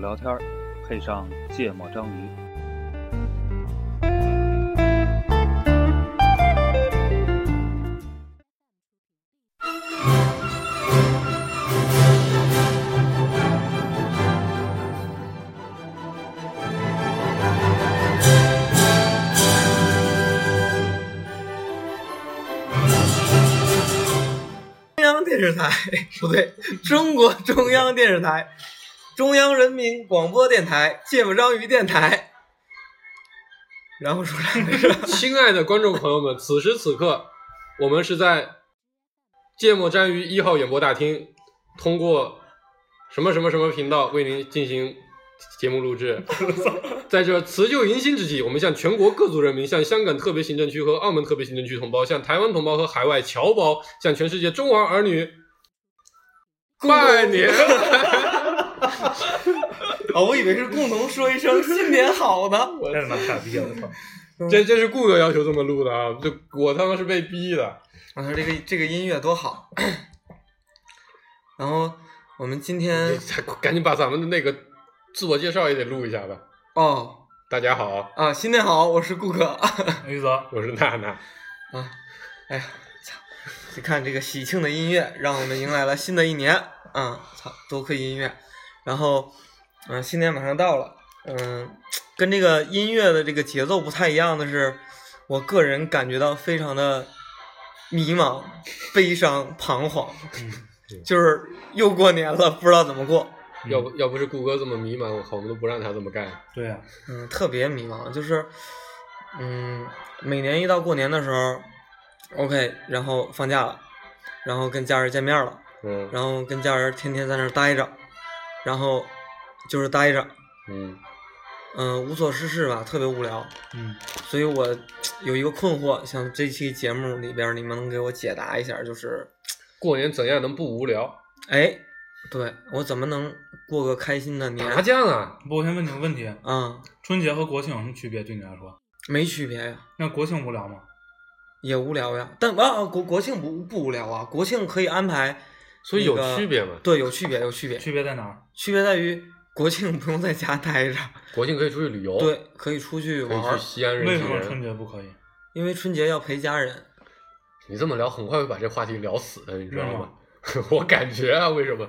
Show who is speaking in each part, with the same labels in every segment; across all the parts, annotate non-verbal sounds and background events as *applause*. Speaker 1: 聊天，配上芥末章鱼。
Speaker 2: 中央电视台不对，中国中央电视台、中央人民广播电台、芥末章鱼电台。然后说啥来着？
Speaker 3: 亲爱的观众朋友们，此时此刻，我们是在芥末章鱼一号演播大厅，通过什么什么什么频道为您进行节目录
Speaker 4: *laughs*
Speaker 3: 制。在这辞旧迎新之际，我们向全国各族人民、向香港特别行政区和澳门特别行政区同胞、向台湾同胞和海外侨胞、向全世界中华儿女拜
Speaker 4: *laughs*
Speaker 3: 年！
Speaker 2: *laughs* 哦，我以为是共同说一声新年好呢。
Speaker 4: 真是妈傻逼啊！我操！
Speaker 3: 这这是顾哥要求这么录的啊，这我他妈是被逼的。
Speaker 2: 我说这个这个音乐多好。然后我们今天
Speaker 3: 赶紧把咱们的那个自我介绍也得录一下吧。
Speaker 2: 哦
Speaker 3: 大家好，
Speaker 2: 啊，新年好，我是顾客。
Speaker 4: 于泽，
Speaker 3: 我是娜娜。
Speaker 2: 啊，哎呀，操！你看这个喜庆的音乐，让我们迎来了新的一年啊！操，多亏音乐。然后，嗯、新年马上到了，嗯、跟这个音乐的这个节奏不太一样的是，我个人感觉到非常的迷茫、悲伤、彷徨，就是又过年了，不知道怎么过，
Speaker 4: 嗯
Speaker 3: 要不要不是顾哥这么迷茫，我靠，我们都不让他这么干。
Speaker 4: 对啊呀，
Speaker 2: 嗯，特别迷茫，就是，嗯，每年一到过年的时候，OK，然后放假了，然后跟家人见面了。
Speaker 3: 嗯
Speaker 2: 然后跟家人天天在那儿待着，然后就是待着，
Speaker 3: 嗯
Speaker 2: 嗯、无所事事吧，特别无聊。
Speaker 4: 嗯，
Speaker 2: 所以我有一个困惑，想这期节目里边儿你们能给我解答一下，就是，
Speaker 3: 过年怎样能不无聊？
Speaker 2: 哎，对我怎么能过个开心的年？
Speaker 3: 麻将啊，
Speaker 4: 不，我先问你个问题：
Speaker 2: 啊、
Speaker 4: 春节和国庆有什么区别？对你来说，
Speaker 2: 没区别呀，
Speaker 4: 那国庆无聊吗？
Speaker 2: 也无聊呀。但啊，啊国国庆不不无聊啊，国庆可以安排，
Speaker 3: 所以有区别嘛？
Speaker 2: 对，有区别，有区别，
Speaker 4: 区别在哪儿？
Speaker 2: 区别在于国庆不用在家待着，
Speaker 3: 国庆可以出去旅游，，
Speaker 2: 对，可以出去
Speaker 3: 哦可以
Speaker 2: 玩
Speaker 3: 去
Speaker 2: 儿，
Speaker 3: 西安
Speaker 4: 为
Speaker 3: 人
Speaker 4: 什
Speaker 3: 挤
Speaker 4: 么
Speaker 3: 人。
Speaker 4: 春节不可以？
Speaker 2: 因为春节要陪家人。
Speaker 3: 你这么聊，很快会把这话题聊死的，你知道
Speaker 4: 为什
Speaker 3: 吗？ *laughs* 我感觉啊，为什么？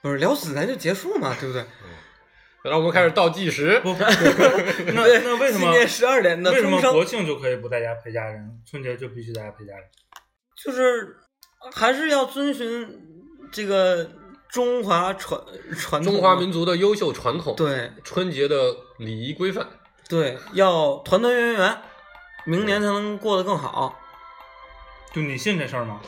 Speaker 2: 不是聊死咱就结束嘛，对不
Speaker 3: *laughs*
Speaker 2: 对？
Speaker 3: 然后我们开始倒计时， *laughs*
Speaker 4: 不，那那为什么
Speaker 2: 今？天十二点的
Speaker 4: 为什
Speaker 2: 钟
Speaker 4: 么
Speaker 2: 声
Speaker 4: 国庆就可以不在家陪家人，春节就必须在家陪家人？
Speaker 2: 就是还是要遵循这个中华传传统
Speaker 3: 中华民族的优秀传统，，
Speaker 2: 对
Speaker 3: 春节的礼仪规范，
Speaker 2: 对，要团团圆圆，明年才能过得更好。
Speaker 4: 就你信这事儿吗？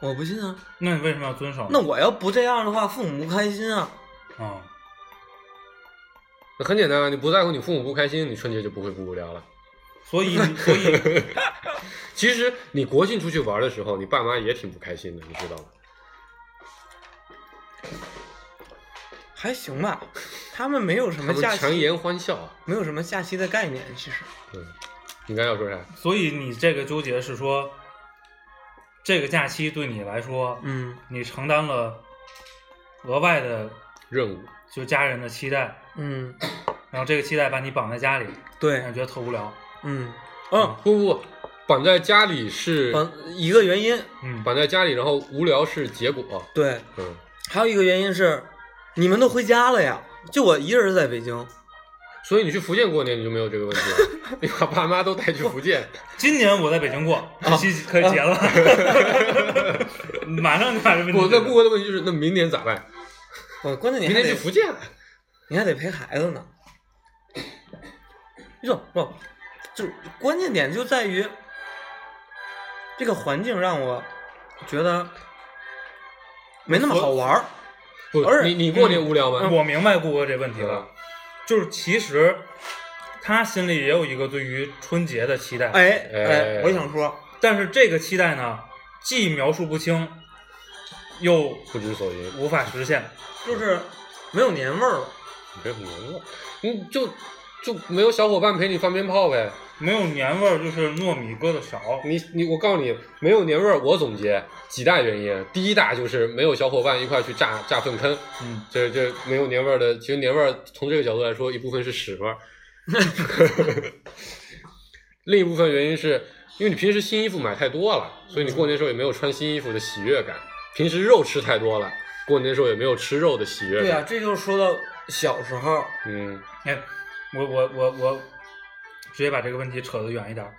Speaker 2: 我不信啊，
Speaker 4: 那你为什么要遵守？
Speaker 2: 那我要不这样的话，父母不开心啊。
Speaker 4: 啊，
Speaker 3: 那很简单啊，你不在乎你父母不开心，你春节就不会不无聊了。
Speaker 4: 所以你所以
Speaker 3: 其实你国庆出去玩的时候，你爸妈也挺不开心的，你知道吗？
Speaker 2: 还行吧，他们没有什
Speaker 3: 他
Speaker 2: 么
Speaker 3: 们
Speaker 2: 假
Speaker 3: 强
Speaker 2: 期，
Speaker 3: 颜欢笑。啊
Speaker 2: 没有什么假期的概念。其实
Speaker 3: 嗯，你刚要说啥？
Speaker 4: 所以你这个纠结是说，这个假期对你来说，
Speaker 2: 嗯
Speaker 4: 你承担了额外的
Speaker 3: 任务。
Speaker 4: 就家人的期待，
Speaker 2: 嗯，
Speaker 4: 然后这个期待把你绑在家里，让
Speaker 2: 对
Speaker 4: 你，觉得特无聊。
Speaker 2: 嗯嗯，
Speaker 3: 不不，不，绑在家里是
Speaker 2: 反一个原因，
Speaker 4: 嗯，
Speaker 3: 绑在家里，然后无聊是结果。
Speaker 2: 对，
Speaker 3: 嗯，
Speaker 2: 还有一个原因是，你们都回家了呀，就我一个人在北京。
Speaker 3: 所以你去福建过年你就没有这个问题 *laughs* 了，你把爸妈都带去福建。
Speaker 4: 今年我在北京
Speaker 2: 啊
Speaker 4: 过，这期可以
Speaker 2: *laughs*
Speaker 4: 结了。马上就把这问题
Speaker 3: 我
Speaker 4: 解决
Speaker 3: 那顾问的问题就是，那明年咋办？
Speaker 2: 我关键你
Speaker 3: *laughs* 明
Speaker 2: 还
Speaker 3: 年去
Speaker 2: 得
Speaker 3: 福建，
Speaker 2: 你还得陪孩子呢。哟不，就是关键点就在于这个环境让我觉得没那么好玩儿。
Speaker 3: 不
Speaker 2: 而，
Speaker 3: 你你过年无聊吗？
Speaker 4: 嗯我明白顾哥这问题了，
Speaker 2: 嗯
Speaker 4: 就是其实他心里也有一个对于春节的期待，
Speaker 2: 哎
Speaker 3: 哎
Speaker 2: 哎，我想说，
Speaker 4: 但是这个期待呢，既描述不清，又
Speaker 3: 不知所云，
Speaker 4: 无法实现。
Speaker 2: 就是没有年味儿了。
Speaker 3: 啊你别胡了，你就就没有小伙伴陪你放鞭炮呗。
Speaker 4: 没有年味儿，就是糯米搁的少。
Speaker 3: 你你，我告诉你，没有年味儿，我总结几大原因。啊第一大就是没有小伙伴一块去炸炸粪坑，
Speaker 4: 嗯，
Speaker 3: 这这没有年味儿的，其实年味儿从这个角度来说，一部分是屎味儿， *laughs* 另一部分原因是因为你平时新衣服买太多了，所以你过年时候也没有穿新衣服的喜悦感。平时肉吃太多了，过年时候也没有吃肉的喜悦感。
Speaker 2: 对啊，这就是说到小时候，
Speaker 3: 嗯，
Speaker 4: 哎，我我我我直接把这个问题扯得远一点儿。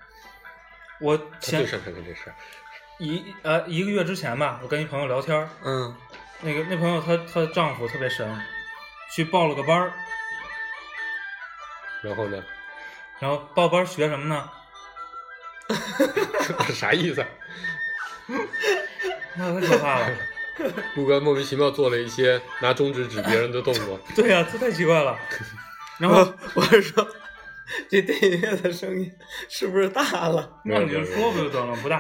Speaker 4: 我
Speaker 3: 他最
Speaker 4: 前
Speaker 3: 擅长干这事儿。
Speaker 4: 一呃一个月之前吧，我跟一朋友聊天儿，
Speaker 2: 嗯，
Speaker 4: 那个那朋友她她丈夫特别神，去报了个班儿，
Speaker 3: 然后呢， *laughs*
Speaker 4: 然后报班儿学什么呢？
Speaker 3: 啥意思啊？
Speaker 4: 那太可怕了。
Speaker 3: 陆哥莫名其妙做了一些拿中指指别人的动作。
Speaker 4: 对呀、这太奇怪了。然
Speaker 2: 然
Speaker 4: 后
Speaker 2: 后我是说，这电影院的声音是不是大了？
Speaker 3: 没
Speaker 4: 那
Speaker 3: 有
Speaker 4: 你就说不就得了，不大。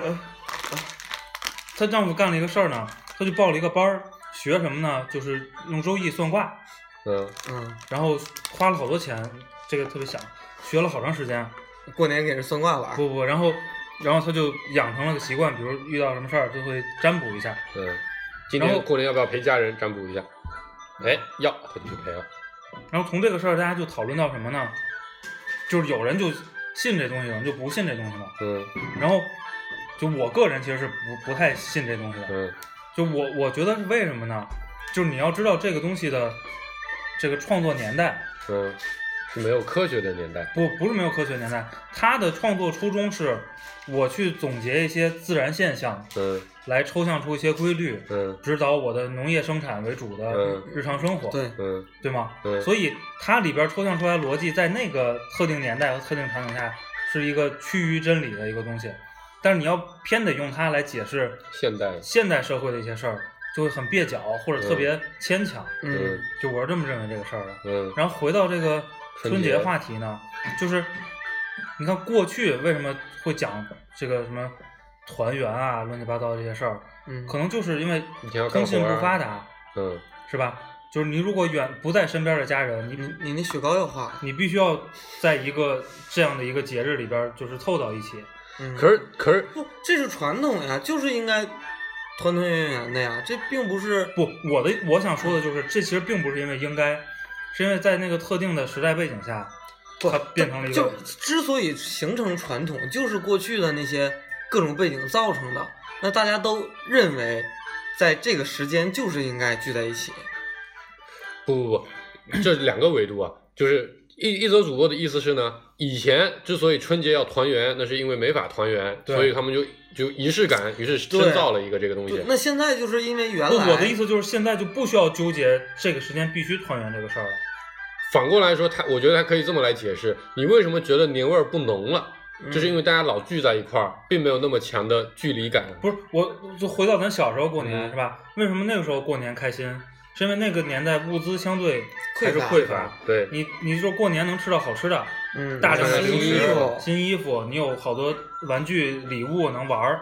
Speaker 4: 她丈夫干了一个事儿呢，她就报了一个班儿，学什么呢？就是用周易算卦，
Speaker 3: 嗯，
Speaker 2: 嗯，
Speaker 4: 然后花了好多钱，这个特别想，学了好长时间。
Speaker 2: 过年给人算卦玩儿，
Speaker 4: 不不，然后然后她就养成了个习惯，比如遇到什么事儿就会占卜一下。
Speaker 3: 嗯，今
Speaker 4: 然后
Speaker 3: 年过年要不要陪家人占卜一下？哎，要，他就去陪了。
Speaker 4: 然后从这个事儿，大家就讨论到什么呢？就是有人就信这东西了，有人就不信这东西了。
Speaker 3: 嗯
Speaker 4: 然后就我个人其实是不不太信这东西的。
Speaker 3: 嗯
Speaker 4: 就我我觉得是为什么呢？就是你要知道这个东西的这个创作年代，
Speaker 3: 嗯，是没有科学的年代。
Speaker 4: 不不是没有科学年代，它的创作初衷是我去总结一些自然现象，
Speaker 3: 嗯
Speaker 4: 来抽象出一些规律，
Speaker 3: 嗯
Speaker 4: 指导我的农业生产为主的
Speaker 3: 嗯
Speaker 4: 日常生活，
Speaker 2: 对，
Speaker 3: 嗯
Speaker 4: 对吗？
Speaker 3: 嗯
Speaker 4: 所以它里边抽象出来的逻辑，在那个特定年代和特定场景下是一个趋于真理的一个东西，但是你要偏得用它来解释
Speaker 3: 现代。
Speaker 4: 现代社会的一些事儿，就会很蹩脚或者特别牵强。
Speaker 2: 嗯
Speaker 3: 嗯
Speaker 4: 就我是这么认为这个事儿的。
Speaker 3: 嗯
Speaker 4: 然后回到这个春
Speaker 3: 春节
Speaker 4: 节话题呢，就是你看过去为什么会讲这个什么团圆啊、乱七八糟的这些事儿，
Speaker 2: 嗯，
Speaker 4: 可能就是因为
Speaker 3: 以前要干
Speaker 4: 通信
Speaker 3: 活儿
Speaker 4: 不发达，
Speaker 3: 嗯
Speaker 4: 是吧？就是你如果远不在身边的家人，你
Speaker 2: 你你那雪糕要化了，
Speaker 4: 你必须要在一个这样的一个节日里边儿，就是凑到一起。
Speaker 2: 嗯，
Speaker 3: 可是可是
Speaker 2: 不，这是传统呀，就是应该团团圆圆的呀，这并不是
Speaker 4: 不，我的我想说的就是，这其实并不是因为应该，是因为在那个特定的时代背景下，
Speaker 2: 不
Speaker 4: 它变成了一
Speaker 2: 就
Speaker 4: 个
Speaker 2: 之所以形成传统，就是过去的那些各种背景造成的。那大家都认为，在这个时间就是应该聚在一起。
Speaker 3: 不不不，这两个维度啊，就是一一则主播的意思是呢，以前之所以春节要团圆，那是因为没法团圆，
Speaker 4: 对
Speaker 3: 所以他们就就仪式感，于是
Speaker 2: 对
Speaker 3: 深造了一个这个东西
Speaker 2: 对，。那现在就是因为原
Speaker 4: 不，
Speaker 2: 来
Speaker 4: 我的意思就是现在就不需要纠结这个时间必须团圆这个事儿了。
Speaker 3: 反过来说，他我觉得他可以这么来解释，你为什么觉得年味儿不浓了？
Speaker 2: 嗯
Speaker 3: 就是因为大家老聚在一块儿，并没有那么强的距离感。
Speaker 4: 不是，我就回到咱小时候过年、
Speaker 3: 嗯
Speaker 4: 是吧？为什么那个时候过年开心？是因为那个年代物资相对还
Speaker 2: 匮
Speaker 4: 是
Speaker 2: 乏
Speaker 4: 匮乏，
Speaker 3: 对，
Speaker 4: 你你说过年能吃到好吃的，
Speaker 2: 嗯
Speaker 4: 大量的
Speaker 3: 新
Speaker 4: 零
Speaker 3: 衣
Speaker 4: 食
Speaker 2: 服、
Speaker 4: 新衣服，你有好多玩具礼物能玩儿，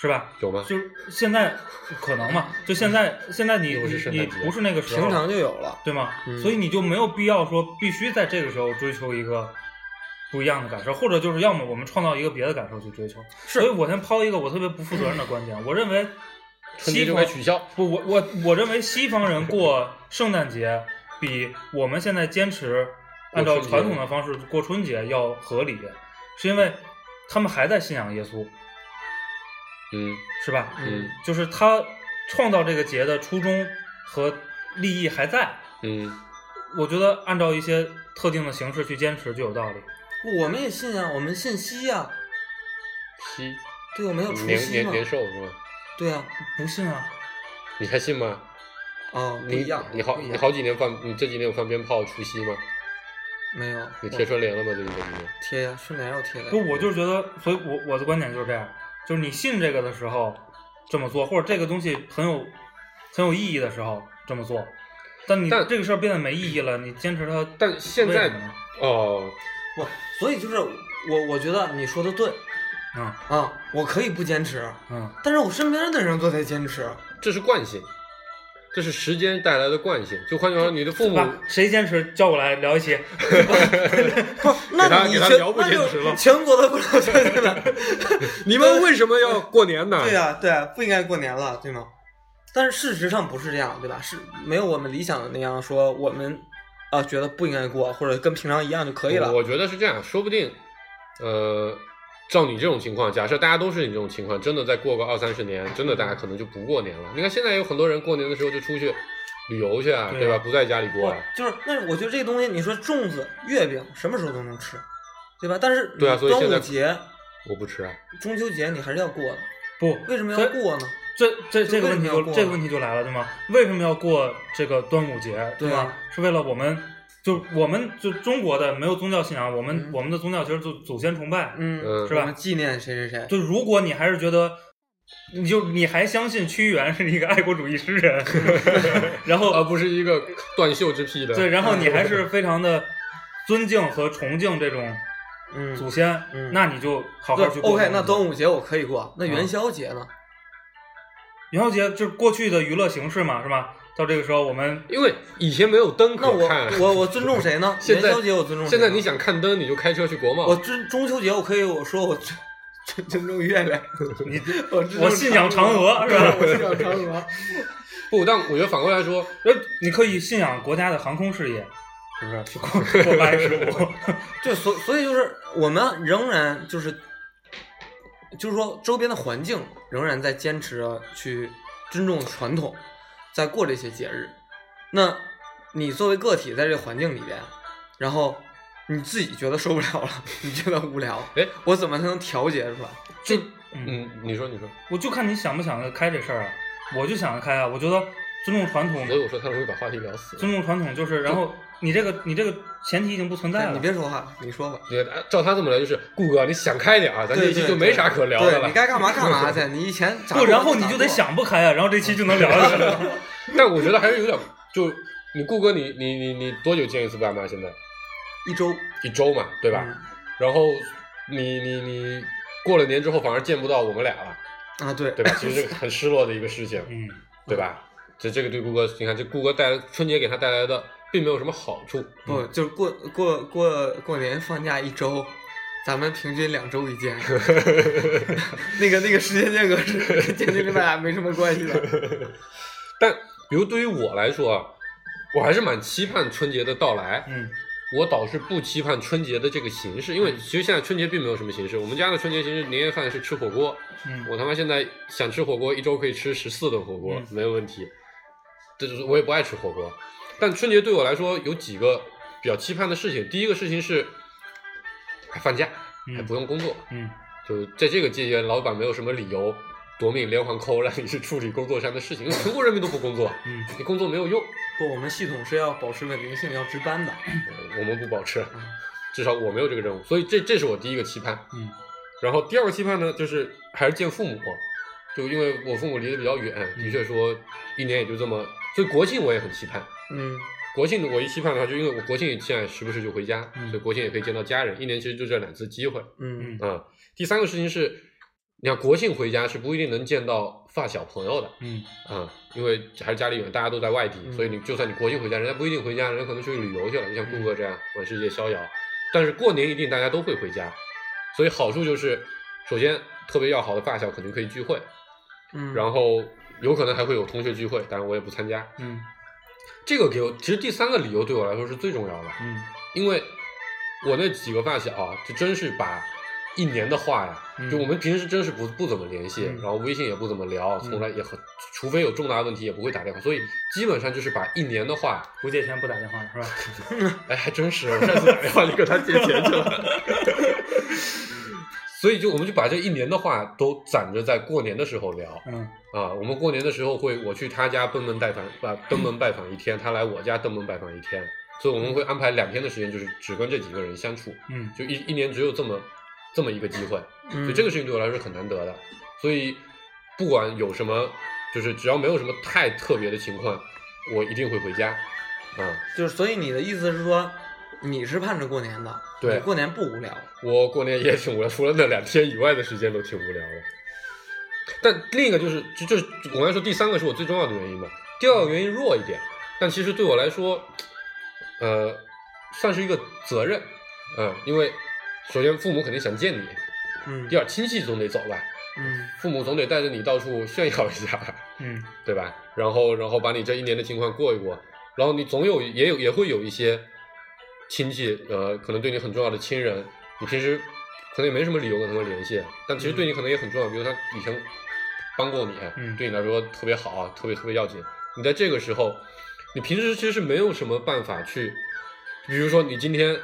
Speaker 4: 是吧？
Speaker 3: 有吗？
Speaker 4: 就是现在可能嘛？就现在现在你
Speaker 3: 嗯又是
Speaker 4: 你
Speaker 3: 圣
Speaker 4: 你
Speaker 3: 诞节
Speaker 4: 不是那个时候，
Speaker 2: 平常就有了。
Speaker 4: 对吗？
Speaker 2: 嗯
Speaker 4: 所以你就没有必要说必须在这个时候追求一个不一样的感受，或者就是要么我们创造一个别的感受去追求。所以我先抛一个我特别不负责任的观点，我认为
Speaker 3: 春
Speaker 4: 西
Speaker 3: 节就
Speaker 4: 方
Speaker 3: 该取消。
Speaker 4: 不，我我我认为西方人过圣诞节比我们现在坚持按照
Speaker 3: 过春节
Speaker 4: 传统的方式过春节要合理，是因为他们还在信仰耶稣，
Speaker 3: 嗯
Speaker 4: 是吧？
Speaker 3: 嗯
Speaker 4: 就是他创造这个节的初衷和利益还在，
Speaker 3: 嗯，
Speaker 4: 我觉得按照一些特定的形式去坚持就有道理。
Speaker 2: 我们也信啊，我们信息呀、
Speaker 3: 七
Speaker 2: 对，我们有除
Speaker 3: 年
Speaker 2: 夕
Speaker 3: 年
Speaker 2: 嘛，
Speaker 3: 年兽是吗？
Speaker 2: 对啊，
Speaker 4: 不信啊？
Speaker 3: 你还信吗？
Speaker 2: 哦，不
Speaker 3: 你
Speaker 2: 一样，
Speaker 3: 你好，
Speaker 2: 不一
Speaker 3: 你
Speaker 2: 样
Speaker 3: 好几年放，你这几年有放鞭炮除夕吗？
Speaker 2: 没有
Speaker 3: 你贴春联了吗？最近这几年？
Speaker 2: 贴呀，春联要贴的
Speaker 4: 不，，我就是觉得，所以我我的观点就是这样，就是你信这个的时候这么做，或者这个东西很有很有意义的时候这么做，但你
Speaker 3: 但
Speaker 4: 这个事儿变得没意义了，你坚持它为什么呢，
Speaker 3: 但现在哦，
Speaker 2: 不，所以就是我我觉得你说的对
Speaker 4: 嗯
Speaker 2: 啊，我可以不坚持，啊
Speaker 4: 嗯，
Speaker 2: 但是我身边的人都在坚持，
Speaker 3: 这是惯性，这是时间带来的惯性。就换句话说，你的父母
Speaker 4: 爸，谁坚持叫我来聊一期？
Speaker 2: *laughs* 不，
Speaker 3: 给
Speaker 2: 那
Speaker 3: 他
Speaker 2: 你
Speaker 3: 给他
Speaker 2: 全
Speaker 3: 聊不
Speaker 2: 那就
Speaker 3: 坚持了
Speaker 2: 全国的不聊坚持了。
Speaker 3: *laughs* 你们为什么要过年呢？
Speaker 2: 对呀、对、啊，不应该过年了，对吗？但是事实上不是这样，对吧？是没有我们理想的那样说，我们啊、觉得不应该过，或者跟平常一样就可以了。
Speaker 3: 我觉得是这样，说不定，呃，照你这种情况，假设大家都是你这种情况，真的再过个二三十年，真的大家可能就不过年了。你看现在有很多人过年的时候就出去旅游去啊，
Speaker 4: 对啊
Speaker 3: 对吧？不在家里过啊。
Speaker 2: 就是那我觉得这东西，你说粽子、月饼什么时候都能吃，对吧？但是
Speaker 3: 对啊
Speaker 2: 你
Speaker 3: 所以
Speaker 2: 端
Speaker 3: 现在
Speaker 2: 午节、
Speaker 3: 我不吃啊，
Speaker 2: 中秋节你还是要过的，
Speaker 4: 不，
Speaker 2: 为什么
Speaker 4: 所
Speaker 2: 要
Speaker 4: 以
Speaker 2: 过呢？
Speaker 4: 这这
Speaker 2: 就
Speaker 4: 这个
Speaker 2: 为什
Speaker 4: 问
Speaker 2: 么
Speaker 4: 题
Speaker 2: 要
Speaker 4: 就
Speaker 2: 过
Speaker 4: 这
Speaker 2: 呢
Speaker 4: 个问题就来了，对吗？为什么要过这个端午节，
Speaker 2: 对啊
Speaker 4: 吗？是为了我们，就我们就中国的没有宗教信仰，我们、
Speaker 2: 嗯
Speaker 4: 我们的宗教其实就祖先崇拜。
Speaker 2: 嗯，
Speaker 3: 嗯
Speaker 4: 是吧
Speaker 2: 我们纪念谁谁谁。
Speaker 4: 就如果你还是觉得，你就你还相信屈原是一个爱国主义诗 *laughs* 人，然后
Speaker 3: 而不是一个断袖之癖的。
Speaker 4: 哦对，然后你还 *laughs* 是非常的尊敬和崇敬这种
Speaker 2: 嗯，
Speaker 4: 祖先，
Speaker 2: 嗯
Speaker 4: 那你就啊好
Speaker 2: 对
Speaker 4: 好去过这
Speaker 2: OK，
Speaker 4: 个
Speaker 2: 那
Speaker 4: 东
Speaker 2: 端
Speaker 4: 西。
Speaker 2: 午节我可以过，那元宵节呢？
Speaker 4: 元宵节就是过去的娱乐形式嘛，是吧？到这个时候我们
Speaker 3: 因为以前没有灯
Speaker 2: 那
Speaker 3: 可
Speaker 2: 我
Speaker 3: 看，？
Speaker 2: 我我尊重谁
Speaker 4: *laughs*
Speaker 2: 呢
Speaker 3: 现
Speaker 2: 元
Speaker 3: 在
Speaker 2: 宵节我尊重谁
Speaker 3: 现
Speaker 2: 呢
Speaker 3: 在你想看灯，你就开车去国
Speaker 2: *laughs*
Speaker 3: 贸。
Speaker 2: 我尊中秋节我可以我说我尊 *laughs* 尊尊重月亮，
Speaker 4: *laughs* 你
Speaker 2: 我尊重
Speaker 4: 我信仰嫦娥是吧
Speaker 2: *laughs* 对我信仰嫦娥。
Speaker 3: 不，但我觉得反过来说，
Speaker 4: 呃，你可以信仰国家的航空事业，是不是？去过过八月十五， *laughs*
Speaker 2: 对，所所以就是我们仍然就是，就是说周边的环境仍然在坚持着去尊重传统，在过这些节日。那你作为个体在这个环境里边，然后你自己觉得受不了了， *laughs* 你觉得无聊，
Speaker 3: 哎，
Speaker 2: 我怎么才能调节出来？
Speaker 3: 这
Speaker 4: 嗯，
Speaker 3: 嗯，你说你说，
Speaker 4: 我就看你想不想得开这事儿啊。我就想得开啊，我觉得尊重传统
Speaker 3: 所，以我说他容易把话题聊死。
Speaker 4: 尊重传统就是，然后你这个你这个前提已经不存在了。
Speaker 2: 哎你别说话，你说吧。
Speaker 3: 你看照他这么来，就是顾哥，你想开点啊，咱这
Speaker 2: 对
Speaker 3: 一期
Speaker 2: 对
Speaker 3: 就没啥可聊的
Speaker 2: 对
Speaker 3: 了
Speaker 2: 你。该干嘛干嘛去，你以
Speaker 3: *laughs*
Speaker 2: 前咋
Speaker 4: 不，
Speaker 2: 过
Speaker 4: 然后你
Speaker 2: 咋
Speaker 4: 就得
Speaker 2: 过
Speaker 4: 想不开啊，然后这期就能聊下去了。
Speaker 3: *laughs* 但我觉得还是有点，就你顾哥你，你你你多久见一次爸妈？现在
Speaker 2: 一周，
Speaker 3: 一周嘛，对
Speaker 4: 嗯
Speaker 3: 吧？然后你你你过了年之后，反而见不到我们俩了，
Speaker 2: 嗯？啊，对，
Speaker 3: 对吧？其实这个很失落的一个事情，
Speaker 4: *laughs* 嗯，
Speaker 3: 对吧？这这个对顾哥，你看这顾哥带来春节给他带来的，并没有什么好处。
Speaker 2: 不就是过过过过年放假一周，咱们平均两周一
Speaker 3: *laughs*
Speaker 2: 见，那个那个时间间隔是跟见跟咱俩没什么关系
Speaker 3: *laughs*
Speaker 2: 的。
Speaker 3: 但比如对于我来说啊，我还是蛮期盼春节的到来。
Speaker 4: 嗯，
Speaker 3: 我倒是不期盼春节的这个形式，因为其实现在春节并没有什么形式。我们家的春节形式，年夜饭是吃火锅。
Speaker 4: 嗯，
Speaker 3: 我他妈现在想吃火锅，一周可以吃十四顿火锅，
Speaker 4: 嗯
Speaker 3: 没有问题。这就是我也不爱吃火锅，但春节对我来说有几个比较期盼的事情。第一个事情是还放假，还
Speaker 4: 嗯
Speaker 3: 不用工作，
Speaker 4: 嗯
Speaker 3: 就是在这个期间，老板没有什么理由夺命连环扣让你去处理工作上的事情，因为全国人民都不工作，
Speaker 4: 嗯，
Speaker 3: 你工作没有用。
Speaker 2: 不，我们系统是要保持稳定性，要值班的。
Speaker 3: 呃我们不保持， *laughs* 至少我没有这个任务，所以这这是我第一个期盼。
Speaker 4: 嗯，
Speaker 3: 然后第二个期盼呢，就是还是见父母，就因为我父母离得比较远，
Speaker 4: 嗯
Speaker 3: 的确说一年也就这么，所以国庆我也很期盼。
Speaker 2: 嗯，
Speaker 3: 国庆我一期盼的话，就因为我国庆现在时不时就回家，
Speaker 4: 嗯
Speaker 3: 所以国庆也可以见到家人，一年其实就这两次机会。
Speaker 2: 嗯
Speaker 3: 啊、第三个事情是，你看国庆回家是不一定能见到发小朋友的啊、
Speaker 4: 嗯
Speaker 3: 因为还是家里远，大家都在外地，
Speaker 2: 嗯嗯
Speaker 3: 所以你就算你国庆回家，人家不一定回家，人家可能出去旅游去了，就像顾哥这样满世界逍遥。但是过年一定大家都会回家，所以好处就是，首先特别要好的发小肯定可以聚会，
Speaker 2: 嗯，
Speaker 3: 然后有可能还会有同学聚会，当然我也不参加。
Speaker 4: 嗯
Speaker 3: 这个给我，其实第三个理由对我来说是最重要的，
Speaker 4: 嗯
Speaker 3: 因为我那几个发小啊，就真是把一年的话呀，
Speaker 4: 嗯
Speaker 3: 就我们平时真是不不怎么联系，
Speaker 4: 嗯
Speaker 3: 然后微信也不怎么聊，
Speaker 4: 嗯
Speaker 3: 从来也很，除非有重大问题也不会打电话，所以基本上就是把一年的话，
Speaker 4: 不借钱不打电话
Speaker 3: *laughs*
Speaker 4: 是吧？
Speaker 3: 哎，还真是，我上次打电话就跟他借钱去了。 *laughs* 所以就我们就把这一年的话都攒着在过年的时候聊
Speaker 4: 嗯
Speaker 3: 啊，我们过年的时候会我去他家登门拜访，把登门拜访一天，他来我家登门拜访一天，所以我们会安排两天的时间，就是只跟这几个人相处。
Speaker 4: 嗯
Speaker 3: 就一一年只有这么这么一个机会，
Speaker 2: 嗯
Speaker 3: 所以这个事情对我来说是很难得的。所以不管有什么，就是只要没有什么太特别的情况，我一定会回家。啊，
Speaker 2: 就是，所以你的意思是说，你是盼着过年的，
Speaker 3: 对
Speaker 2: 你过年不无聊。
Speaker 3: 我过年也挺无聊，除了那两天以外的时间都挺无聊的。但另一个就是，就就是我刚才说第三个是我最重要的原因吧，第二个原因弱一点，但其实对我来说，呃，算是一个责任，嗯、因为首先父母肯定想见你，
Speaker 2: 嗯
Speaker 3: 第二亲戚总得走吧，
Speaker 2: 嗯
Speaker 3: 父母总得带着你到处炫耀一下吧，
Speaker 4: 嗯
Speaker 3: 对吧？然后然后把你这一年的情况过一过，然后你总有也有也会有一些亲戚，呃，可能对你很重要的亲人，你平时可能也没什么理由跟他们联系，但其实对你可能也很重要，比如他以前帮过你，
Speaker 4: 嗯
Speaker 3: 对你来说特别好啊，特别特别要紧。你在这个时候，你平时其实是没有什么办法去，比如说你今天。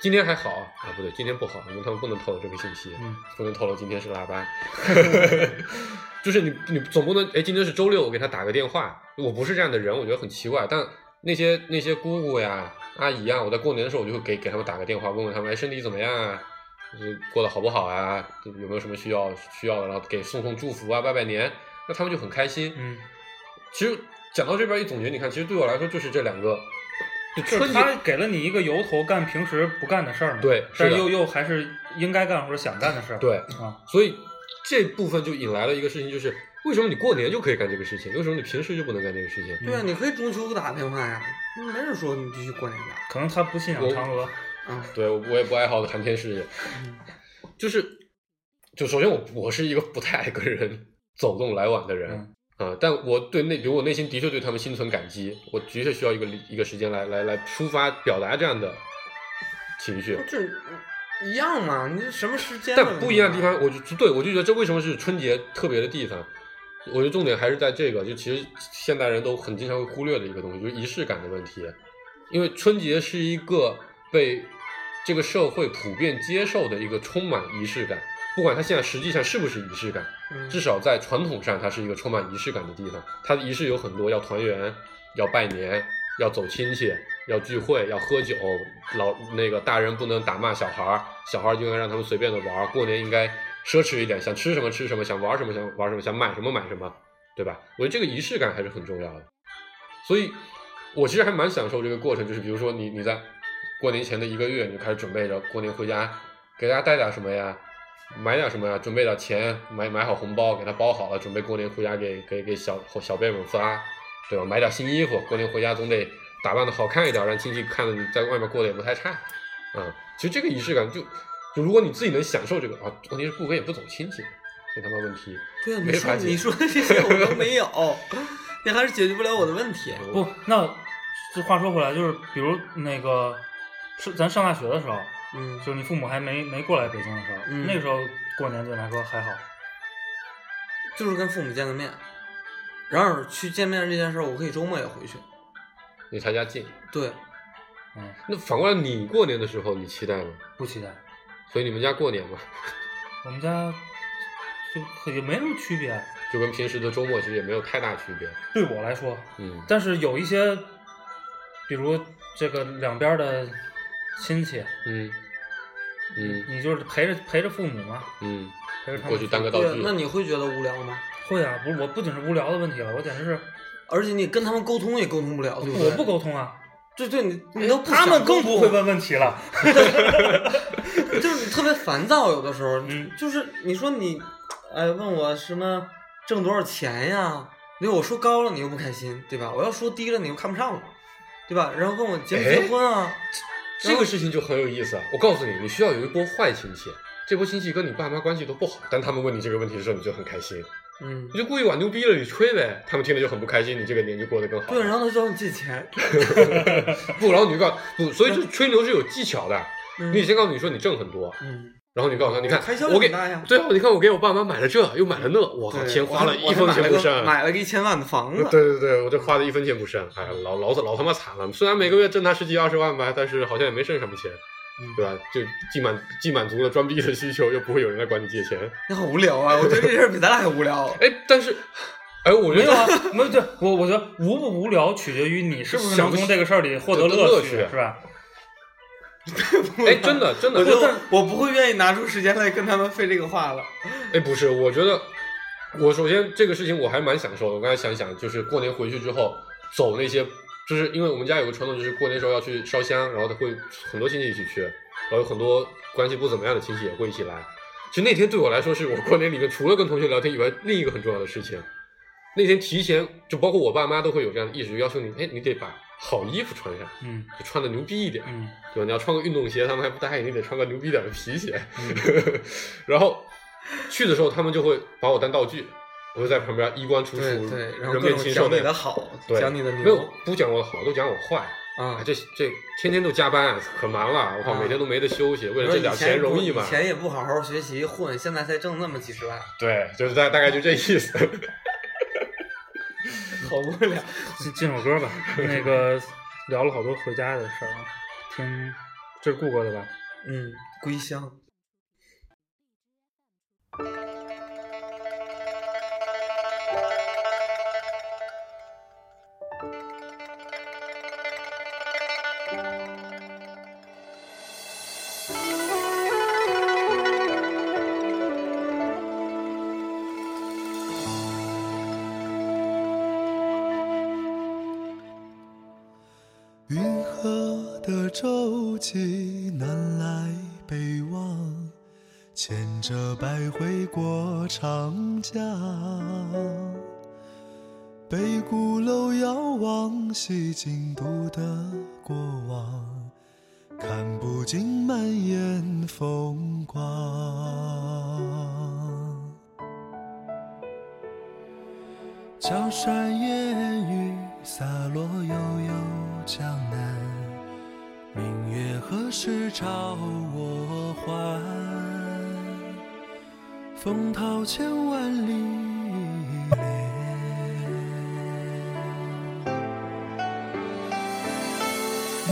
Speaker 3: 今天还好啊，不对，今天不好，因为他们不能透露这个信息。
Speaker 4: 嗯
Speaker 3: 不能透露今天是腊
Speaker 4: *laughs*
Speaker 3: 八，就是你你总不能哎，今天是周六，我给他打个电话，我不是这样的人，我觉得很奇怪。但那些那些姑姑呀、阿姨啊呀，我在过年的时候我就会给给他们打个电话，问问他们哎身体怎么样啊，就是过得好不好啊，有没有什么需要需要的，然后给送送祝福啊，拜拜年，那他们就很开心。
Speaker 4: 嗯，
Speaker 3: 其实讲到这边一总结，你看，其实对我来说就是这两个，就
Speaker 4: 就
Speaker 3: 春
Speaker 4: 是
Speaker 3: 节
Speaker 4: 他给了你一个由头干平时不干的事儿嘛，
Speaker 3: 对
Speaker 4: 但
Speaker 3: 是的
Speaker 4: 又又还是应该干或者想干的事儿，
Speaker 3: 对。
Speaker 4: 啊，
Speaker 3: 所以这部分就引来了一个事情，就是为什么你过年就可以干这个事情，为什么你平时就不能干这个事情？
Speaker 2: 对啊，你可以中秋打电话呀，没人说你必须过年打
Speaker 4: 可能他不信仰
Speaker 3: 我
Speaker 4: 嫦娥，
Speaker 2: 啊。
Speaker 3: 对，我我也不爱好谈天事业，就是，就首先我我是一个不太爱跟人走动来往的人
Speaker 4: 嗯
Speaker 3: 啊、但我对内，比如我内心的确对他们心存感激，我的确需要一个理一个时间来来来抒发表达这样的情绪。
Speaker 2: 就是一样嘛，你这什么时间？
Speaker 3: 但不一样的地
Speaker 2: 啊
Speaker 3: 方，，我就对我就觉得这为什么是春节特别的地方？我觉得重点还是在这个，就其实现代人都很经常会忽略的一个东西，就是仪式感的问题。因为春节是一个被这个社会普遍接受的一个充满仪式感，不管它现在实际上是不是仪式感，
Speaker 2: 嗯
Speaker 3: 至少在传统上它是一个充满仪式感的地方。它的仪式有很多，要团圆，要拜年，要走亲戚，要聚会，要喝酒，老那个大人不能打骂小孩儿，小孩儿就应该让他们随便的玩儿。过年应该奢侈一点，想吃什么吃什么，想玩什么想玩什么，想买什么买什么，对吧？我觉得这个仪式感还是很重要的。所以，我其实还蛮享受这个过程，就是比如说你你在过年前的一个月，你就开始准备着过年回家给大家带点什么呀，买点什么呀，准备点钱，买买好红包，给他包好了，准备过年回家给给给小小辈们发，对吧？买点新衣服，过年回家总得打扮的好看一点，让亲戚看着你在外面过得也不太差，啊、其实这个仪式感就就如果你自己能享受这个啊，问题是顾哥也不走亲戚，这他妈问题。
Speaker 2: 对啊，你
Speaker 3: 没
Speaker 2: 说
Speaker 3: 法解
Speaker 2: 你说这些我都没有，你还是解决不了我的问题。
Speaker 4: 不，那这话说回来，就是比如那个是咱上大学的时候，
Speaker 2: 嗯，
Speaker 4: 就是你父母还没没过来北京的时候，
Speaker 2: 嗯
Speaker 4: 那个时候过年对你来说还好，
Speaker 2: 就是跟父母见个面。然而去见面这件事儿，我可以周末也回去。
Speaker 3: 离他家近。
Speaker 2: 对，
Speaker 4: 嗯，
Speaker 3: 那反过来，你过年的时候你期待吗？
Speaker 4: 不期待。
Speaker 3: 所以你们家过年嘛，
Speaker 4: 我们家就也没什么区别，
Speaker 3: 就跟平时的周末其实也没有太大区别。
Speaker 4: 对我来说，
Speaker 3: 嗯，
Speaker 4: 但是有一些，比如这个两边的亲戚，
Speaker 3: 嗯，嗯，
Speaker 4: 你就是陪着陪着父母嘛，
Speaker 3: 嗯，
Speaker 4: 陪着他们
Speaker 3: 过去当个道
Speaker 2: 对啊，
Speaker 3: 具。
Speaker 2: 那你会觉得无聊吗？
Speaker 4: 会啊，不是我不仅是无聊的问题了，我简直是
Speaker 2: 而且你跟他们沟通也沟通不了，对不对？
Speaker 4: 我不，沟通啊，
Speaker 2: 对对，你你都不
Speaker 4: 他们
Speaker 2: 想沟
Speaker 4: 更
Speaker 2: 通
Speaker 4: 不会问问题了。
Speaker 2: 就是你特别烦躁，有的时候，
Speaker 4: 嗯
Speaker 2: 就是你说你，哎，问我什么挣多少钱呀？你说我说高了，你又不开心，对吧？我要说低了，你又看不上我，对吧？然后问我结不
Speaker 3: 哎
Speaker 2: 结婚啊？
Speaker 3: 这个事情就很有意思啊！我告诉你，你需要有一波坏亲戚，这波亲戚跟你爸妈关系都不好，但他们问你这个问题的时候，你就很开心，
Speaker 2: 嗯
Speaker 3: 你，就故意往牛逼了里吹呗，他们听了就很不开心，你这个年就过得更好。
Speaker 2: 对，啊然后他找你借
Speaker 3: *laughs*
Speaker 2: 钱，
Speaker 3: 不，然后你就告不，所以这吹牛是有技巧的。
Speaker 2: 嗯
Speaker 3: 你，先告诉你说你挣很多，
Speaker 2: 嗯，
Speaker 3: 然后你告诉他，你看
Speaker 2: 开销
Speaker 3: 我
Speaker 2: 也
Speaker 3: 给
Speaker 2: 很大呀。
Speaker 3: 对啊，你看我给我爸妈买了这，又买了那，我靠，
Speaker 2: 对，
Speaker 3: 钱花
Speaker 2: 我
Speaker 3: 了
Speaker 2: 还
Speaker 3: 一分钱不
Speaker 2: 我还买了
Speaker 3: 剩啊呃
Speaker 2: 个。买了个一千万的房子
Speaker 4: 嗯
Speaker 3: 对，对对，我这花的一分钱不剩，哎呀，老老老他妈惨了。虽然每个月挣他十几二十万吧，但是好像也没剩什么钱，
Speaker 4: 嗯
Speaker 3: 对吧？就既满既满足了装逼的需求，又不会有人来管你借钱。
Speaker 2: 你好无聊啊！我觉得这事儿比咱俩还无聊。
Speaker 3: 哎，但是，哎，我觉
Speaker 4: 没有
Speaker 3: 得
Speaker 4: 啊，没有对我我觉得无不无聊取决于你是不是
Speaker 3: 想
Speaker 4: 能
Speaker 3: 不
Speaker 4: 从这个事儿里获得
Speaker 3: 得得乐
Speaker 4: 趣，
Speaker 3: 趣
Speaker 4: 是吧？
Speaker 3: 哎，真的 *laughs* 真
Speaker 2: 我就
Speaker 3: 的，
Speaker 2: 我不会愿意拿出时间来跟他们费这个话了。
Speaker 3: 哎，不是，我觉得我首先这个事情我还蛮享受的。我刚才想一想，就是过年回去之后走那些，就是因为我们家有个传统，就是过年时候要去烧香，然后他会很多亲戚一起去，然后有很多关系不怎么样的亲戚也会一起来。其实那天对我来说，是我过年里面除了跟同学聊天以外，另一个很重要的事情，那天提前就包括我爸妈都会有这样的意识，就要求你，哎，你得把好衣服穿上，
Speaker 4: 嗯
Speaker 3: 就穿的牛逼一点，
Speaker 4: 嗯
Speaker 3: 对吧？你要穿个运动鞋，他们还不答应，你得穿个牛逼点的皮鞋。
Speaker 4: 嗯
Speaker 3: *laughs* 然后去的时候，他们就会把我当道具，我就在旁边衣冠楚楚，
Speaker 2: 对对，然后
Speaker 3: 人
Speaker 2: 各
Speaker 3: 面
Speaker 2: 种
Speaker 3: 禽
Speaker 2: 讲
Speaker 3: 兽
Speaker 2: 你的好，
Speaker 3: 对，
Speaker 2: 讲你的
Speaker 3: 没有
Speaker 2: 牛
Speaker 3: 不讲我的好，都讲我坏。
Speaker 2: 啊
Speaker 3: 啊，。这这天天都加班啊，可忙了，我靠，
Speaker 2: 啊
Speaker 3: 每天都没得休息，为了
Speaker 2: 说
Speaker 3: 这
Speaker 2: 以
Speaker 3: 点
Speaker 2: 前
Speaker 3: 钱容易
Speaker 2: 不
Speaker 3: 吗
Speaker 2: 以？前也不好好学习混，现在才挣那么几十万，
Speaker 3: 对，就是大大概就这意思。 *laughs*
Speaker 2: 好无聊。
Speaker 4: 进进首歌吧。那个聊了好多回家的事儿啊，听这是顾哥的吧？
Speaker 2: 嗯，归乡。
Speaker 5: 运河的舟楫南来北往，牵着百回过长江。北鼓楼遥望西京都的过往，看不尽满眼风光。江山烟雨洒落悠悠江南，明月何时照我还？风涛千万里一连。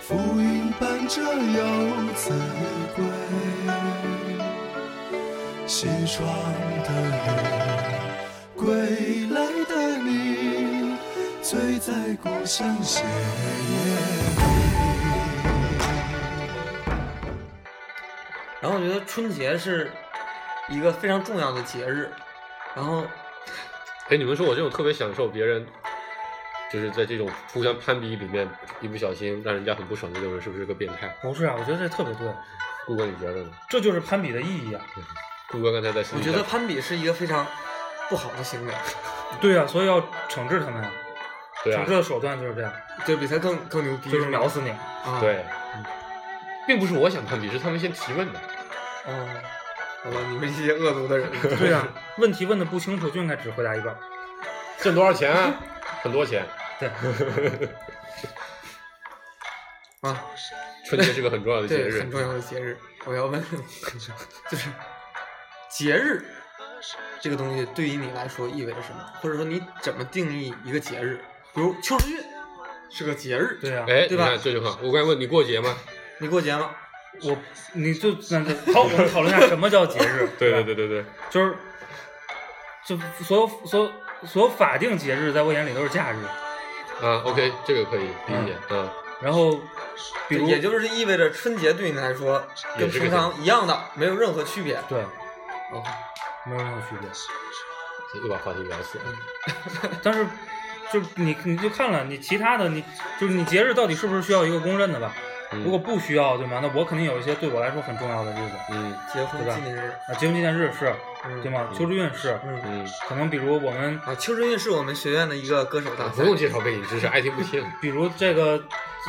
Speaker 5: 浮云伴着游子归。西窗的雨，归来的你，醉在故乡斜月里。
Speaker 2: 然后我觉得春节是一个非常重要的节日，然后
Speaker 3: 哎，你们说我这种特别享受别人，就是在这种互相攀比里面，一不小心让人家很不爽的这种人，是不是个变态？
Speaker 4: 不是啊，我觉得这特别对，
Speaker 3: 顾哥，你觉得呢？
Speaker 4: 这就是攀比的意义啊。
Speaker 3: 顾哥刚才在心
Speaker 2: 我
Speaker 3: 里
Speaker 2: 觉
Speaker 3: 想，
Speaker 2: 得攀比是一个非常不好的行为，
Speaker 4: 对啊，所以要惩治他们啊，
Speaker 3: 对
Speaker 4: 惩治
Speaker 3: 啊，
Speaker 4: 的手段就是这样，
Speaker 2: 就比他更更牛逼，
Speaker 4: 就是
Speaker 2: 吗
Speaker 4: 秒死你。
Speaker 2: 啊！，
Speaker 3: 对，并不是我想攀比，是他们先提问的。
Speaker 2: 哦，好吧，你们这些恶毒的
Speaker 4: *laughs*
Speaker 2: 人，
Speaker 4: 对啊，问题问的不清楚就应该只回答一半儿。
Speaker 3: 挣多少钱啊？很多钱。 *laughs*
Speaker 4: 对，
Speaker 2: 啊，
Speaker 3: 春节是个很重要的节
Speaker 2: *laughs* 对，
Speaker 3: 日，
Speaker 2: 很重要的节日，我要问，就是节日这个东西对于你来说意味着什么，或者说你怎么定义一个节日？比如秋实运是个节日，
Speaker 4: 对啊，
Speaker 3: 哎，
Speaker 2: 对
Speaker 3: 你
Speaker 2: 吧
Speaker 3: 看这就好。我刚才问你过节吗？。
Speaker 2: 你过节吗？
Speaker 4: 我你就那那好，我们讨论一下什么叫节日
Speaker 3: *laughs* 对
Speaker 4: 吧
Speaker 3: 对对对对，
Speaker 4: 就是就所有所有所有法定节日，在我眼里都是假日。
Speaker 3: 啊，OK，这个可以理解，嗯，
Speaker 4: 然后，比如
Speaker 2: 也就是意味着春节对你来说跟
Speaker 3: 也是个
Speaker 2: 平常一样的，没有任何区别。
Speaker 4: 对，
Speaker 2: 哦，
Speaker 4: 没有任何区别。
Speaker 3: 又把话题聊死了。
Speaker 4: 但是，就是你你就看了你其他的，你就是你节日到底是不是需要一个公认的吧？
Speaker 3: 嗯
Speaker 4: 如果不需要，对吗？那我肯定有一些对我来说很重要的日子
Speaker 3: 嗯
Speaker 2: 结婚
Speaker 4: 对吧
Speaker 2: 纪念日，
Speaker 4: 啊，结婚纪念日是，
Speaker 2: 嗯
Speaker 4: 对吗？秋之韵是，
Speaker 2: 嗯
Speaker 3: 嗯，
Speaker 4: 可能比如我们
Speaker 2: 啊，邱志运是我们学院的一个歌手大
Speaker 3: 啊不
Speaker 2: 赛，
Speaker 3: 用介绍背景知识，爱听不听。
Speaker 4: 比如这个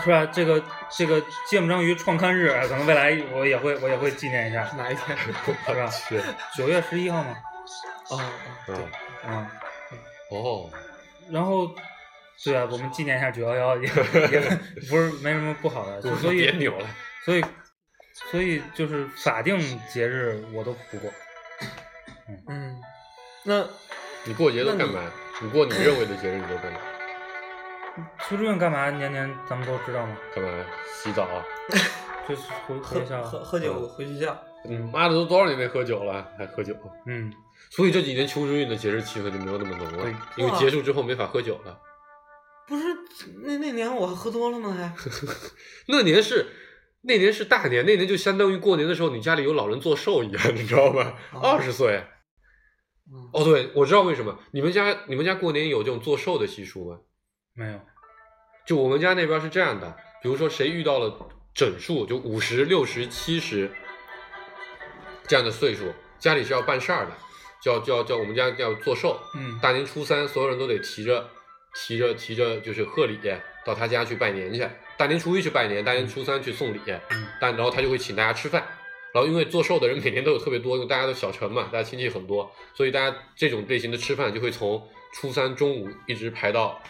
Speaker 4: 是吧？这个这个芥末章鱼创刊日，哎可能未来我也会我也会纪念一下，
Speaker 2: *laughs* 哪一
Speaker 3: *laughs*
Speaker 2: 天？
Speaker 4: 是吧？
Speaker 3: 是，啊
Speaker 4: 九月十一号嘛，
Speaker 2: 哦，哦对
Speaker 3: 嗯，，
Speaker 4: 嗯，
Speaker 3: 哦，
Speaker 4: 然后对啊，我们纪念一下九幺
Speaker 3: *laughs*
Speaker 4: 幺也也不是没什么不好的，所
Speaker 3: 别
Speaker 4: 以
Speaker 3: 扭了。
Speaker 4: 所以所以就是法定节日我都不过，
Speaker 2: 嗯，那
Speaker 3: 你过节都
Speaker 2: 那
Speaker 3: 干
Speaker 2: 你
Speaker 3: 嘛？你过你认为的节日你都干嘛？
Speaker 4: 邱志运干嘛年年咱们都知道吗？
Speaker 3: 干嘛？洗澡啊？
Speaker 4: 就是回
Speaker 2: 喝
Speaker 4: 回校，
Speaker 2: 喝喝
Speaker 3: 嗯
Speaker 2: 酒回学校，
Speaker 3: 你妈的都多少年没喝酒了，还喝酒？啊
Speaker 4: 嗯，
Speaker 3: 所以这几年秋之韵的节日气氛就没有那么浓了
Speaker 4: 对，
Speaker 3: 因为结束之后没法喝酒了。
Speaker 2: 不是那那年我喝多了吗？还
Speaker 3: 那年是那年是大年，那年就相当于过年的时候，你家里有老人做寿一样，你知道吧？
Speaker 2: 哦
Speaker 3: 二十岁。
Speaker 2: 嗯
Speaker 3: 哦，对，我知道为什么你们家你们家过年有这种做寿的习俗吗？
Speaker 4: 没有，
Speaker 3: 就我们家那边是这样的，比如说谁遇到了整数，就五十六十七十这样的岁数，家里是要办事儿的，叫叫叫我们家叫做寿。
Speaker 4: 嗯
Speaker 3: 大年初三，所有人都得提着提着提着就是贺礼到他家去拜年去。大年初一去拜年，大年初三去送礼，但然后他就会请大家吃饭。然后因为做寿的人每年都有特别多，因为大家都小城嘛，大家亲戚很多，所以大家这种类型的吃饭就会从初三中午一直排到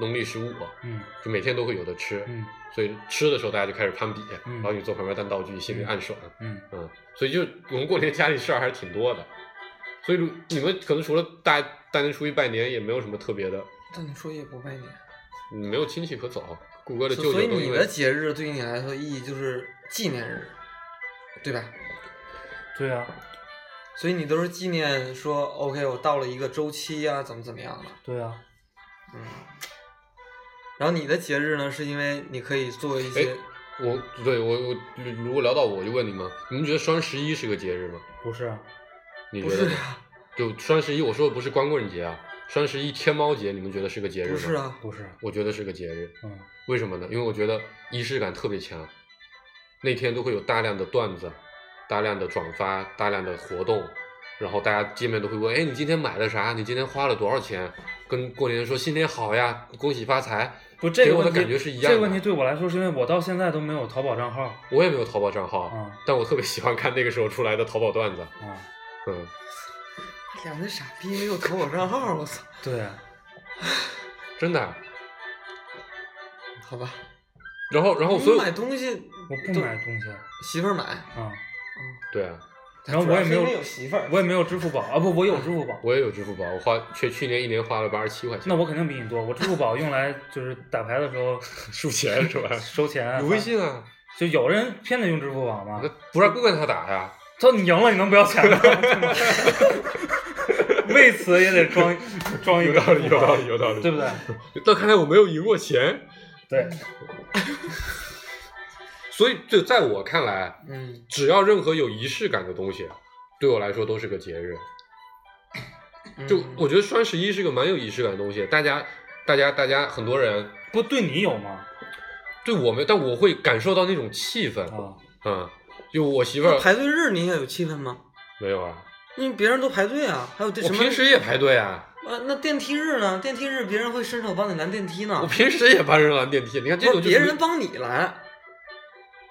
Speaker 3: 农历十五，
Speaker 4: 嗯
Speaker 3: 就每天都会有的吃。
Speaker 4: 嗯
Speaker 3: 所以吃的时候大家就开始攀比，
Speaker 4: 嗯
Speaker 3: 然后你坐旁边当道具，心里暗爽。
Speaker 4: 嗯，
Speaker 3: 嗯，所以就我们过年家里事儿还是挺多的，所以如你们可能除了大大年初一拜年，也没有什么特别的，
Speaker 2: 但你说也不拜年，
Speaker 3: 嗯没有亲戚可走。谷歌的舅舅
Speaker 2: 所以
Speaker 3: 都
Speaker 2: 你
Speaker 3: 因
Speaker 2: 的
Speaker 3: 为
Speaker 2: 节日对于你来说意义就是纪念日，对吧？
Speaker 4: 对啊，
Speaker 2: 所以你都是纪念说，OK，我到了一个周期啊，怎么怎么样的，
Speaker 4: 对啊，
Speaker 2: 嗯。然后你的节日呢，是因为你可以做一些
Speaker 3: 哎我对我我如果聊到我，我就问你们，你们觉得双十一是个节日吗？
Speaker 4: 不是啊，
Speaker 3: 你
Speaker 2: 不
Speaker 3: 觉得
Speaker 2: 是
Speaker 3: 呢？
Speaker 2: 啊，
Speaker 3: 就双十一，我说的不是光棍节啊，双十一天猫节，你们觉得是个节日吗？
Speaker 2: 不是，啊，
Speaker 4: 不是啊，
Speaker 3: 我觉得是个节日。
Speaker 4: 嗯
Speaker 3: 为什么呢？因为我觉得仪式感特别强，那天都会有大量的段子、大量的转发、大量的活动，然后大家见面都会问：“哎，你今天买了啥？你今天花了多少钱？”跟过年说新年好呀，恭喜发财。
Speaker 4: 不，这
Speaker 3: 给
Speaker 4: 个
Speaker 3: 我的
Speaker 4: 问题
Speaker 3: 感觉是一样的
Speaker 4: 这个问题对我来说是因为我到现在都没有淘宝账号
Speaker 3: 我也没有淘宝账号，
Speaker 4: 嗯
Speaker 3: 但我特别喜欢看那个时候出来的淘宝段子。
Speaker 4: 啊。
Speaker 3: 嗯，
Speaker 2: 两个傻逼没有淘宝账号，我操，
Speaker 4: 对啊，
Speaker 3: 真的。啊
Speaker 2: 好吧。
Speaker 3: 然后，然后哦所
Speaker 2: 你
Speaker 3: 有
Speaker 2: 买东西，
Speaker 4: 我不买东西啊，
Speaker 2: 媳妇儿买，
Speaker 4: 啊
Speaker 3: 对啊，
Speaker 4: 然后我也没有
Speaker 2: 主要是因为有媳妇儿，
Speaker 4: 我也没有支付宝啊，不，我有支付宝，
Speaker 3: 我也有支付宝，我花去去年一年花了八十七块钱， *laughs*
Speaker 4: 那我肯定比你多。我支付宝用来就是打牌的时候
Speaker 3: 输钱是吧？
Speaker 4: *laughs* 收钱啊，
Speaker 3: 有微信啊，
Speaker 4: 就有人偏得用支付宝嘛
Speaker 3: 那。不让不跟他打呀。
Speaker 4: 他说你赢了，你能不要钱吗？ *laughs* 为此也得装装一
Speaker 3: 有
Speaker 4: 个
Speaker 3: 道理，
Speaker 4: 支付
Speaker 3: 有
Speaker 4: 宝
Speaker 3: 道理，，有道理。
Speaker 4: 对不对？
Speaker 3: 那看来我没有赢过钱，
Speaker 4: 对，
Speaker 3: 所以就在我看来，
Speaker 2: 嗯，
Speaker 3: 只要任何有仪式感的东西，对我来说都是个节日。
Speaker 2: 嗯
Speaker 3: 就我觉得双十一是个蛮有仪式感的东西，大家，大家，大家很多人
Speaker 4: 不对你有吗？
Speaker 3: 对我们，但我会感受到那种气氛，
Speaker 4: 啊，
Speaker 3: 嗯，就我媳妇
Speaker 2: 那
Speaker 3: 儿
Speaker 2: 排队日你也有气氛吗？
Speaker 3: 没有啊，
Speaker 2: 因为别人都排队啊，还有这
Speaker 3: 我
Speaker 2: 什么？
Speaker 3: 平时也排队啊，
Speaker 2: 啊，那电梯日呢？电梯日别人会伸手帮你拦电梯呢
Speaker 3: 我，平时也搬人拦电梯，你看这
Speaker 2: 不
Speaker 3: 种
Speaker 2: 是啊哦别
Speaker 3: 就属于
Speaker 2: 人帮你拦。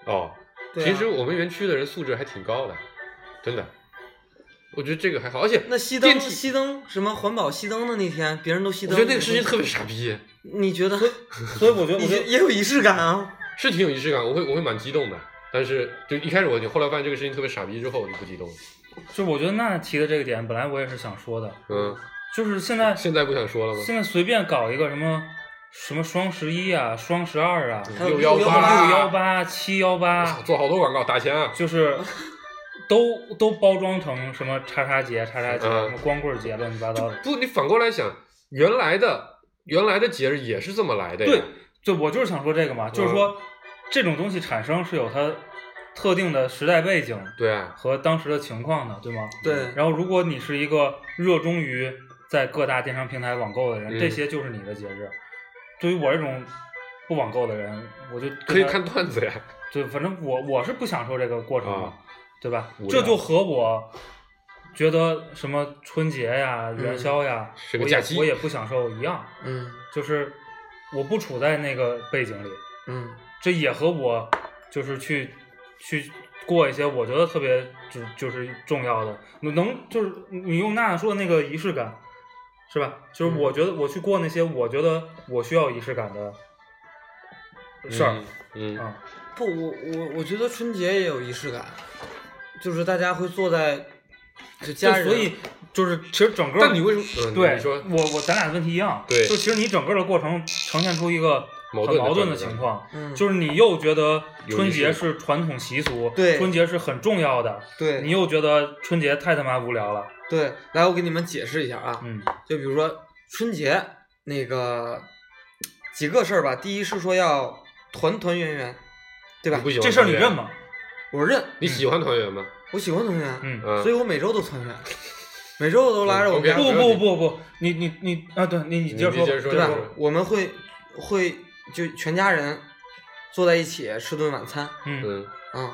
Speaker 3: 哦，
Speaker 2: 对啊
Speaker 3: 其实我们园区的人素质还挺高的，真的，我觉得这个还好，而且
Speaker 2: 那熄
Speaker 3: 电
Speaker 2: 灯
Speaker 3: 梯
Speaker 2: 熄灯什么环保熄灯的那天，别人都熄
Speaker 3: 我
Speaker 2: 灯，
Speaker 3: 觉得那个事情特别傻逼。
Speaker 2: 你觉得？
Speaker 4: 所以我觉得，
Speaker 2: 你觉
Speaker 4: 我觉
Speaker 2: 得
Speaker 4: 得
Speaker 2: 也有仪式感啊？
Speaker 3: 是挺有仪式感，我会我会蛮激动的。但是就一开始我就后来发现这个事情特别傻逼，之后我就不激动了。
Speaker 4: *laughs* 就我觉得娜提的这个点，本来我也是想说的，
Speaker 3: 嗯，
Speaker 4: 就是现在
Speaker 3: 现在不想说了吗？
Speaker 4: 现在随便搞一个什么什么双十一啊、双十二啊、
Speaker 2: 还有
Speaker 3: 幺
Speaker 2: 618
Speaker 4: 六幺
Speaker 3: 八，
Speaker 4: 八、七幺
Speaker 3: 啊
Speaker 4: 八，
Speaker 3: 做好多广告打钱啊！
Speaker 4: 就是都都包装成什么叉叉节、叉叉节、
Speaker 3: 嗯
Speaker 4: 什么光棍节，乱七八糟的。
Speaker 3: 不，你反过来想，原来的原来的节日也是这么来的呀。
Speaker 4: 对，就我就是想说这个嘛，就是说这种东西产生是有它特定的时代背景
Speaker 3: 对啊，
Speaker 4: 和当时的情况的，对吗？
Speaker 2: 对，
Speaker 4: 然后，如果你是一个热衷于在各大电商平台网购的人，
Speaker 3: 嗯
Speaker 4: 这些就是你的节日。对于我这种不网购的人，我就
Speaker 3: 可以
Speaker 4: 对他
Speaker 3: 看段子呀。
Speaker 4: *laughs* 对，反正我我是不享受这个过程的，
Speaker 3: 啊
Speaker 4: 对吧
Speaker 3: 无？聊
Speaker 4: 这就和我觉得什么春节呀、元宵呀，
Speaker 3: 是嗯个
Speaker 4: 我
Speaker 3: 假
Speaker 4: 也
Speaker 3: 期
Speaker 4: 我也不享受一样，
Speaker 2: 嗯
Speaker 4: 就是我不处在那个背景里，
Speaker 2: 嗯
Speaker 4: 这也和我就是去去过一些我觉得特别就就是重要的，能就是你用娜娜说的那个仪式感，是吧？就是
Speaker 3: 嗯
Speaker 4: 我觉得我去过那些我觉得我需要仪式感的事儿、
Speaker 3: 嗯，嗯，
Speaker 4: 啊，
Speaker 2: 不，我我我觉得春节也有仪式感，就是大家会坐在就家
Speaker 4: 就
Speaker 2: 人，
Speaker 4: 所以就是其实整个
Speaker 3: 但你为什么？嗯
Speaker 4: 对
Speaker 3: 你说
Speaker 4: 我我咱俩的问题一样，
Speaker 3: 对
Speaker 4: 就其实你整个的过程呈现出一个
Speaker 3: 矛
Speaker 4: 很
Speaker 3: 盾的
Speaker 4: 矛盾的
Speaker 3: 状态
Speaker 4: 情况，
Speaker 2: 嗯，
Speaker 4: 就是你又觉得
Speaker 3: 有
Speaker 4: 春
Speaker 3: 仪式
Speaker 4: 节
Speaker 3: 感
Speaker 4: 是传统习俗，
Speaker 2: 对
Speaker 4: 春节是很重要的，
Speaker 2: 对
Speaker 4: 你又觉得春节太他妈无聊了，
Speaker 2: 对，
Speaker 3: 嗯
Speaker 2: 来，我给你们解释一下啊，
Speaker 4: 嗯
Speaker 2: 就比如说春节那个，几个事儿吧。第一是说要团团圆圆，对吧
Speaker 3: 你？不喜欢
Speaker 4: 这事儿你
Speaker 3: 团圆
Speaker 4: 认？吗？
Speaker 2: 我认，
Speaker 3: 你喜欢团圆吗？
Speaker 2: 我喜欢团圆，
Speaker 4: 嗯，
Speaker 3: 嗯，
Speaker 2: 所以我每周都团圆，每周都拉着我们
Speaker 3: 嗯
Speaker 2: 家
Speaker 3: ，OK
Speaker 4: 不不不不，你你你啊，对你你接着
Speaker 3: 你
Speaker 4: 说吧，
Speaker 3: 接着说
Speaker 2: 对
Speaker 4: 吧
Speaker 2: 吧
Speaker 3: 就是？
Speaker 2: 我们会会就全家人坐在一起吃顿晚餐，
Speaker 4: 嗯
Speaker 3: 嗯，
Speaker 2: 嗯，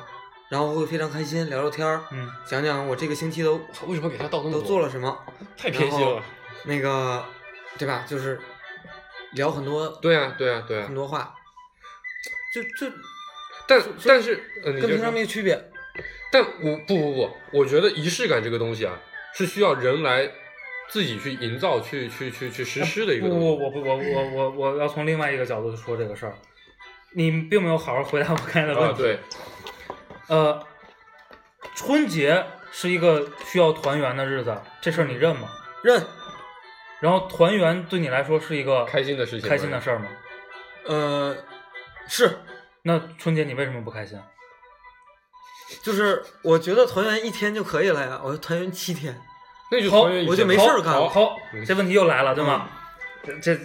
Speaker 2: 然后会非常开心，聊聊天儿，
Speaker 4: 嗯
Speaker 2: 讲讲我这个星期都
Speaker 3: 操为什么给他倒那么
Speaker 2: 都
Speaker 3: 多？
Speaker 2: 做了什么，
Speaker 3: 太偏心了。
Speaker 2: 那个对吧？就是聊很多
Speaker 3: 对啊，对啊，对啊
Speaker 2: 很。多话，就就
Speaker 3: 但但是，呃，你
Speaker 2: 跟
Speaker 3: 就
Speaker 2: 平常
Speaker 3: 说
Speaker 2: 没有区别。
Speaker 3: 但我不不不，我觉得仪式感这个东西啊，是需要人来自己去营造、去去去去实施的一个
Speaker 4: 不
Speaker 3: 东西。
Speaker 4: 不，我不我我我我要从另外一个角度说这个事儿，你并没有好好回答我刚才的
Speaker 3: 啊
Speaker 4: 问，题。
Speaker 3: 对，
Speaker 4: 呃，春节是一个需要团圆的日子，这事儿你认吗？
Speaker 2: 认，
Speaker 4: 然后团圆对你来说是一个
Speaker 3: 开心的事情，
Speaker 4: 开心的事儿吗？
Speaker 2: 呃，是，
Speaker 4: 那春节你为什么不开心？啊
Speaker 2: 就是我觉得团圆一天就可以了呀，我团圆七天，
Speaker 3: 那就
Speaker 4: 好
Speaker 3: 团圆一下
Speaker 2: 我就没事儿干
Speaker 4: 好，
Speaker 2: 了
Speaker 4: 好
Speaker 3: 嗯，
Speaker 4: 这问题又来了，对吗？这这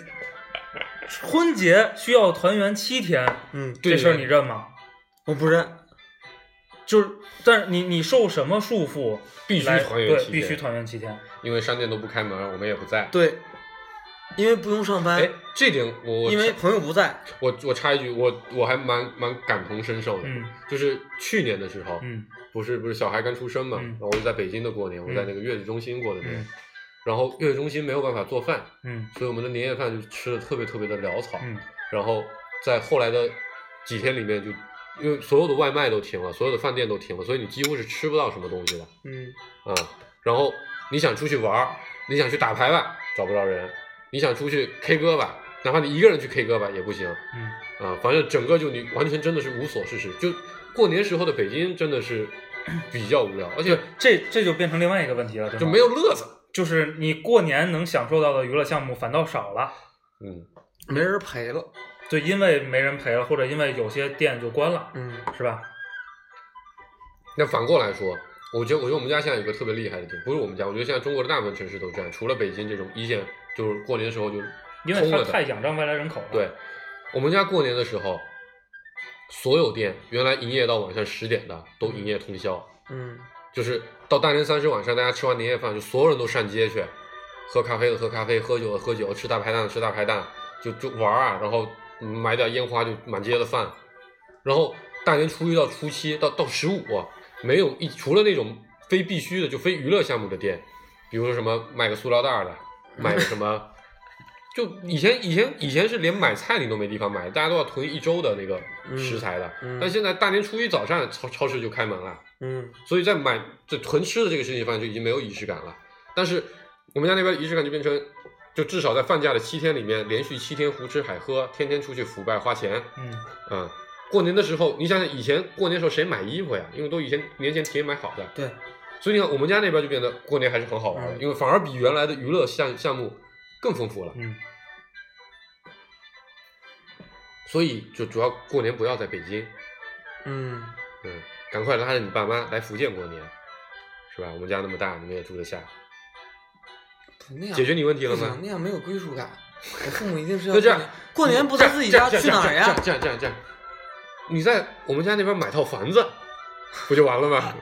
Speaker 4: 春节需要团圆七天，
Speaker 2: 嗯，
Speaker 3: 对
Speaker 4: 这事儿你认吗？
Speaker 2: 我不认，
Speaker 4: 就是，但是你你受什么束缚来？
Speaker 3: 必须团圆七
Speaker 4: 对，必须
Speaker 3: 天
Speaker 4: 团圆七天。
Speaker 3: 因为商店都不开门，我们也不在。，
Speaker 2: 对，因为不用上
Speaker 3: 哎
Speaker 2: 班，，
Speaker 3: 这点我我
Speaker 2: 因为朋友不在，
Speaker 3: 我我插一句，我我还蛮蛮感同身受的，
Speaker 4: 嗯
Speaker 3: 就是去年的时候，
Speaker 4: 嗯
Speaker 3: 不是不是小孩刚出生嘛，
Speaker 4: 嗯
Speaker 3: 然后我就在北京的过年，我在那个月子中心过的年，
Speaker 4: 嗯
Speaker 3: 然后月子中心没有办法做饭，
Speaker 4: 嗯
Speaker 3: 所以我们的年夜饭就吃的特别特别的潦草，
Speaker 4: 嗯
Speaker 3: 然后在后来的几天里面就。因为所有的外卖都停了，所有的饭店都停了，所以你几乎是吃不到什么东西的
Speaker 2: 嗯，
Speaker 3: 啊、然后你想出去玩儿，你想去打牌吧，找不着人；你想出去 K 歌吧，哪怕你一个人去 K 歌吧也不行。
Speaker 4: 嗯，
Speaker 3: 啊，反正整个就你完全真的是无所事事，就过年时候的北京真的是比较无聊，而且
Speaker 4: 这这就变成另外一个问题了，对吗？
Speaker 3: 就没有乐子。
Speaker 4: 就是你过年能享受到的娱乐项目反倒少了，
Speaker 3: 嗯，
Speaker 2: 没人陪了，
Speaker 4: 就因为没人陪了，或者因为有些店就关了，
Speaker 2: 嗯，
Speaker 4: 是吧？
Speaker 3: 那反过来说，我觉得我觉得我们家现在有个特别厉害的点，不是我们家，我觉得现在中国的大部分城市都这样，除了北京这种一线，就是过年的时候就
Speaker 4: 因为
Speaker 3: 通
Speaker 4: 它
Speaker 3: 了
Speaker 4: 太
Speaker 3: 的。
Speaker 4: 仰仗外来人口了。
Speaker 3: 对，，我们家过年的时候，所有店原来营业到晚上十点的都营业通宵，
Speaker 2: 嗯，
Speaker 3: 就是到大年三十晚上，大家吃完年夜饭，就所有人都上街去，喝咖啡的喝咖啡，喝酒的喝酒，吃大排档的吃大排档，就就玩儿啊，然后买点烟花就满街的放，然后大年初一到初七到到十五、没有一除了那种非必须的就非娱乐项目的店，比如说什么卖个塑料袋儿的，买个什么。就以前以前以前是连买菜你都没地方买，大家都要囤一周的那个
Speaker 2: 嗯
Speaker 3: 食材的。
Speaker 2: 嗯
Speaker 3: 但现在大年初一早上超超市就开门了，
Speaker 2: 嗯，
Speaker 3: 所以在买这囤吃的这个事情上就已经没有仪式感了。但是我们家那边的仪式感就变成，就至少在放假的七天里面，连续七天胡吃海喝，天天出去腐败花钱。
Speaker 4: 嗯，
Speaker 3: 嗯，过年的时候，你想想以前过年的时候谁买衣服呀？因为都以前年前提前买好的。
Speaker 2: 对，
Speaker 3: 所以你看我们家那边就变得过年还是很好玩的，
Speaker 2: 嗯
Speaker 3: 因为反而比原来的娱乐项项目更丰富了。
Speaker 4: 嗯，
Speaker 3: 所以就主要过年不要在北京，
Speaker 2: 嗯，
Speaker 3: 嗯，赶快拉着你爸妈来福建过年，是吧？我们家那么大，你们也住得下，
Speaker 2: 不那样
Speaker 3: 解决你问题了
Speaker 2: 哎不
Speaker 3: 吗
Speaker 2: 行，？那样没有归属感。我父母一定是要
Speaker 3: *laughs* 那这样，
Speaker 2: 过年过年不在自己家去哪儿呀？
Speaker 3: 这样这样这样这样，你在我们家那边买套房子，不就完了吗？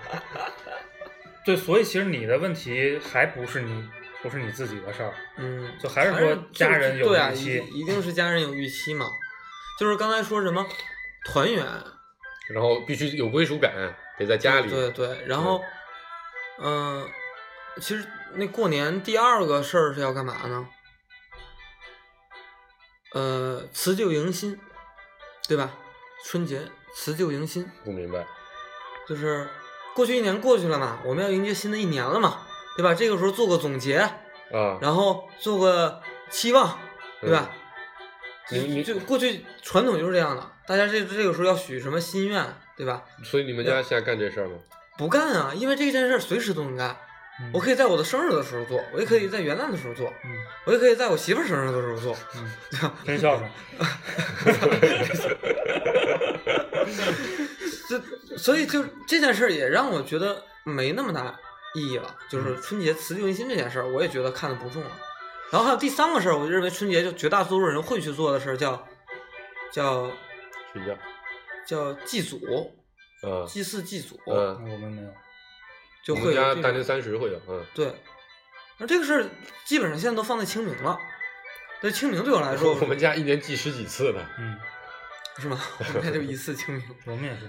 Speaker 3: *laughs*
Speaker 4: 对，所以其实你的问题还不是你不是你自己的事儿，
Speaker 2: 嗯，
Speaker 4: 就还是说家人有
Speaker 2: 对啊，
Speaker 4: 预期
Speaker 2: 一一定是家人有预期嘛。就是刚才说什么团圆，
Speaker 3: 然后必须有归属感，得在家里。
Speaker 2: 对对，然后，嗯、其实那过年第二个事儿是要干嘛呢？呃，辞旧迎新，对吧？春节辞旧迎新，
Speaker 3: 不明白，
Speaker 2: 就是过去一年过去了嘛，我们要迎接新的一年了嘛，对吧？这个时候做个总结，
Speaker 3: 啊，
Speaker 2: 然后做个期望，对吧？
Speaker 3: 你你
Speaker 2: 就就过去传统就是这样的，大家这这个时候要许什么心愿，对吧？
Speaker 3: 所以你们家现在干这事儿吗？
Speaker 2: 不干啊，因为这件事儿随时都能干。
Speaker 4: 嗯
Speaker 2: 我可以在我的生日的时候做，我也可以在元旦的时候做，
Speaker 4: 嗯
Speaker 2: 我也可以在我媳妇儿生日的时候做。
Speaker 4: 嗯，真孝顺。
Speaker 2: 这所以就这件事儿也让我觉得没那么大意义了。就是春节辞旧迎新这件事儿，我也觉得看得不重了。然后还有第三个事儿，我就认为春节就绝大多数人会去做的事儿，叫叫
Speaker 3: 睡觉，
Speaker 2: 叫祭祖、
Speaker 3: 嗯
Speaker 2: 祭祀、祭祖，
Speaker 3: 嗯，
Speaker 4: 我们没有，
Speaker 2: 就
Speaker 3: 我
Speaker 2: 会
Speaker 3: 们
Speaker 2: 有
Speaker 3: 家
Speaker 2: 这
Speaker 3: 大
Speaker 2: 个
Speaker 3: 年三十会有，嗯，
Speaker 2: 对。而这个事儿基本上现在都放在清明了，对清明对我来说
Speaker 3: *laughs* 我们家一年祭十几次呢，
Speaker 4: 嗯，
Speaker 2: 是吗？ *laughs* 我们家就一次清明，
Speaker 4: 我们也是，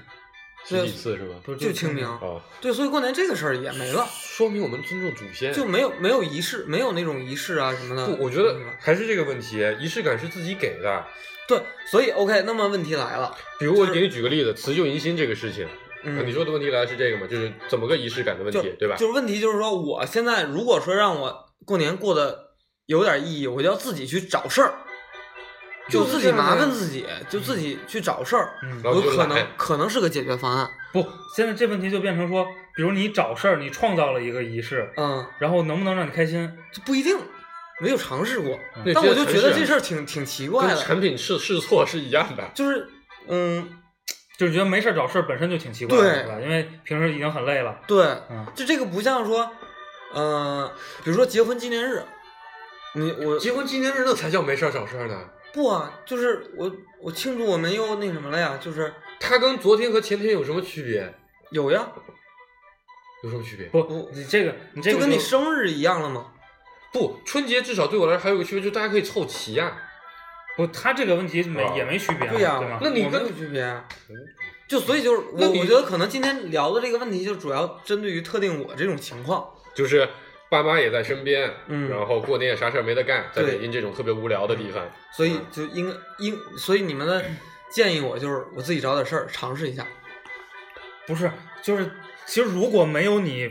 Speaker 3: 十几次是吧？
Speaker 4: 都是嗯
Speaker 2: 就清明。
Speaker 3: 啊，
Speaker 2: 对，所以过年这个事儿也没了，
Speaker 3: 说明我们尊重祖先。
Speaker 2: 就没有没有仪式，没有那种仪式啊什么的。
Speaker 3: 不，我觉得
Speaker 2: 明白
Speaker 3: 还是这个问题，仪式感是自己给的。
Speaker 2: 对，所以 OK，那么问题来了，
Speaker 3: 比如我给你举个例子，辞旧迎新这个事情，
Speaker 2: 嗯，
Speaker 3: 你说的问题来是这个嘛，就是怎么个仪式感的问
Speaker 2: 就
Speaker 3: 题，对吧？
Speaker 2: 就是问题就是说，我现在如果说让我过年过得有点意义，我就要自己去找事儿，就
Speaker 3: 就是
Speaker 2: 自
Speaker 3: 这
Speaker 2: 己
Speaker 3: 样
Speaker 2: 麻
Speaker 3: 的
Speaker 2: 烦自己，就自己去找事儿。
Speaker 4: 嗯，
Speaker 3: 然后
Speaker 2: 有
Speaker 3: 就
Speaker 2: 可
Speaker 3: 懒
Speaker 2: 能可能是个解决方案，
Speaker 4: 不，现在这问题就变成说，比如你找事儿，你创造了一个仪式，
Speaker 2: 嗯，
Speaker 4: 然后能不能让你开心？
Speaker 2: 这不一定，没有尝试过，
Speaker 3: 那
Speaker 2: 但
Speaker 3: 嗯这
Speaker 2: 我就觉得
Speaker 3: 城
Speaker 2: 这
Speaker 3: 市
Speaker 2: 事儿挺挺奇
Speaker 3: 跟
Speaker 2: 怪的，
Speaker 3: 产品试试错是一样的。
Speaker 2: 就是嗯，
Speaker 4: 就是觉得没事儿找事儿本身就挺奇怪
Speaker 2: 对
Speaker 4: 的，是吧？因为平时已经很累了，
Speaker 2: 对，
Speaker 4: 嗯，
Speaker 2: 就这个不像说，嗯、比如说结婚纪念日，你我
Speaker 3: 结婚纪念日那才叫没事儿找事儿呢。
Speaker 2: 不啊，就是我我庆祝我们又那什么了呀，就是
Speaker 3: 它跟昨天和前天有什么区别？
Speaker 2: 有呀，
Speaker 3: 有什么区别？
Speaker 4: 不，你这个你这
Speaker 2: 就
Speaker 4: 个
Speaker 2: 跟你生日一样了嘛。
Speaker 3: 不，春节至少对我来说还有个区别，就是大家可以凑齐呀、
Speaker 4: 不，他这个问题没
Speaker 3: 啊
Speaker 4: 也没区别啊，
Speaker 2: 对
Speaker 4: 对
Speaker 2: 呀
Speaker 4: 吗？
Speaker 3: 那你
Speaker 2: 我没
Speaker 3: 跟
Speaker 2: 有区别啊。就所以就是
Speaker 3: 那
Speaker 2: 我，
Speaker 3: 你
Speaker 2: 我觉得可能今天聊的这个问题，就主要针对于特定我这种情况。
Speaker 3: 就是爸妈也在身边，
Speaker 2: 嗯
Speaker 3: 然后过年也啥事儿没得干，在
Speaker 2: 对
Speaker 3: 北京这种特别无聊的地方，
Speaker 2: 所以就应该应，所以你们的建议我就是我自己找点事儿尝试一下。
Speaker 4: 不是，就是其实如果没有你，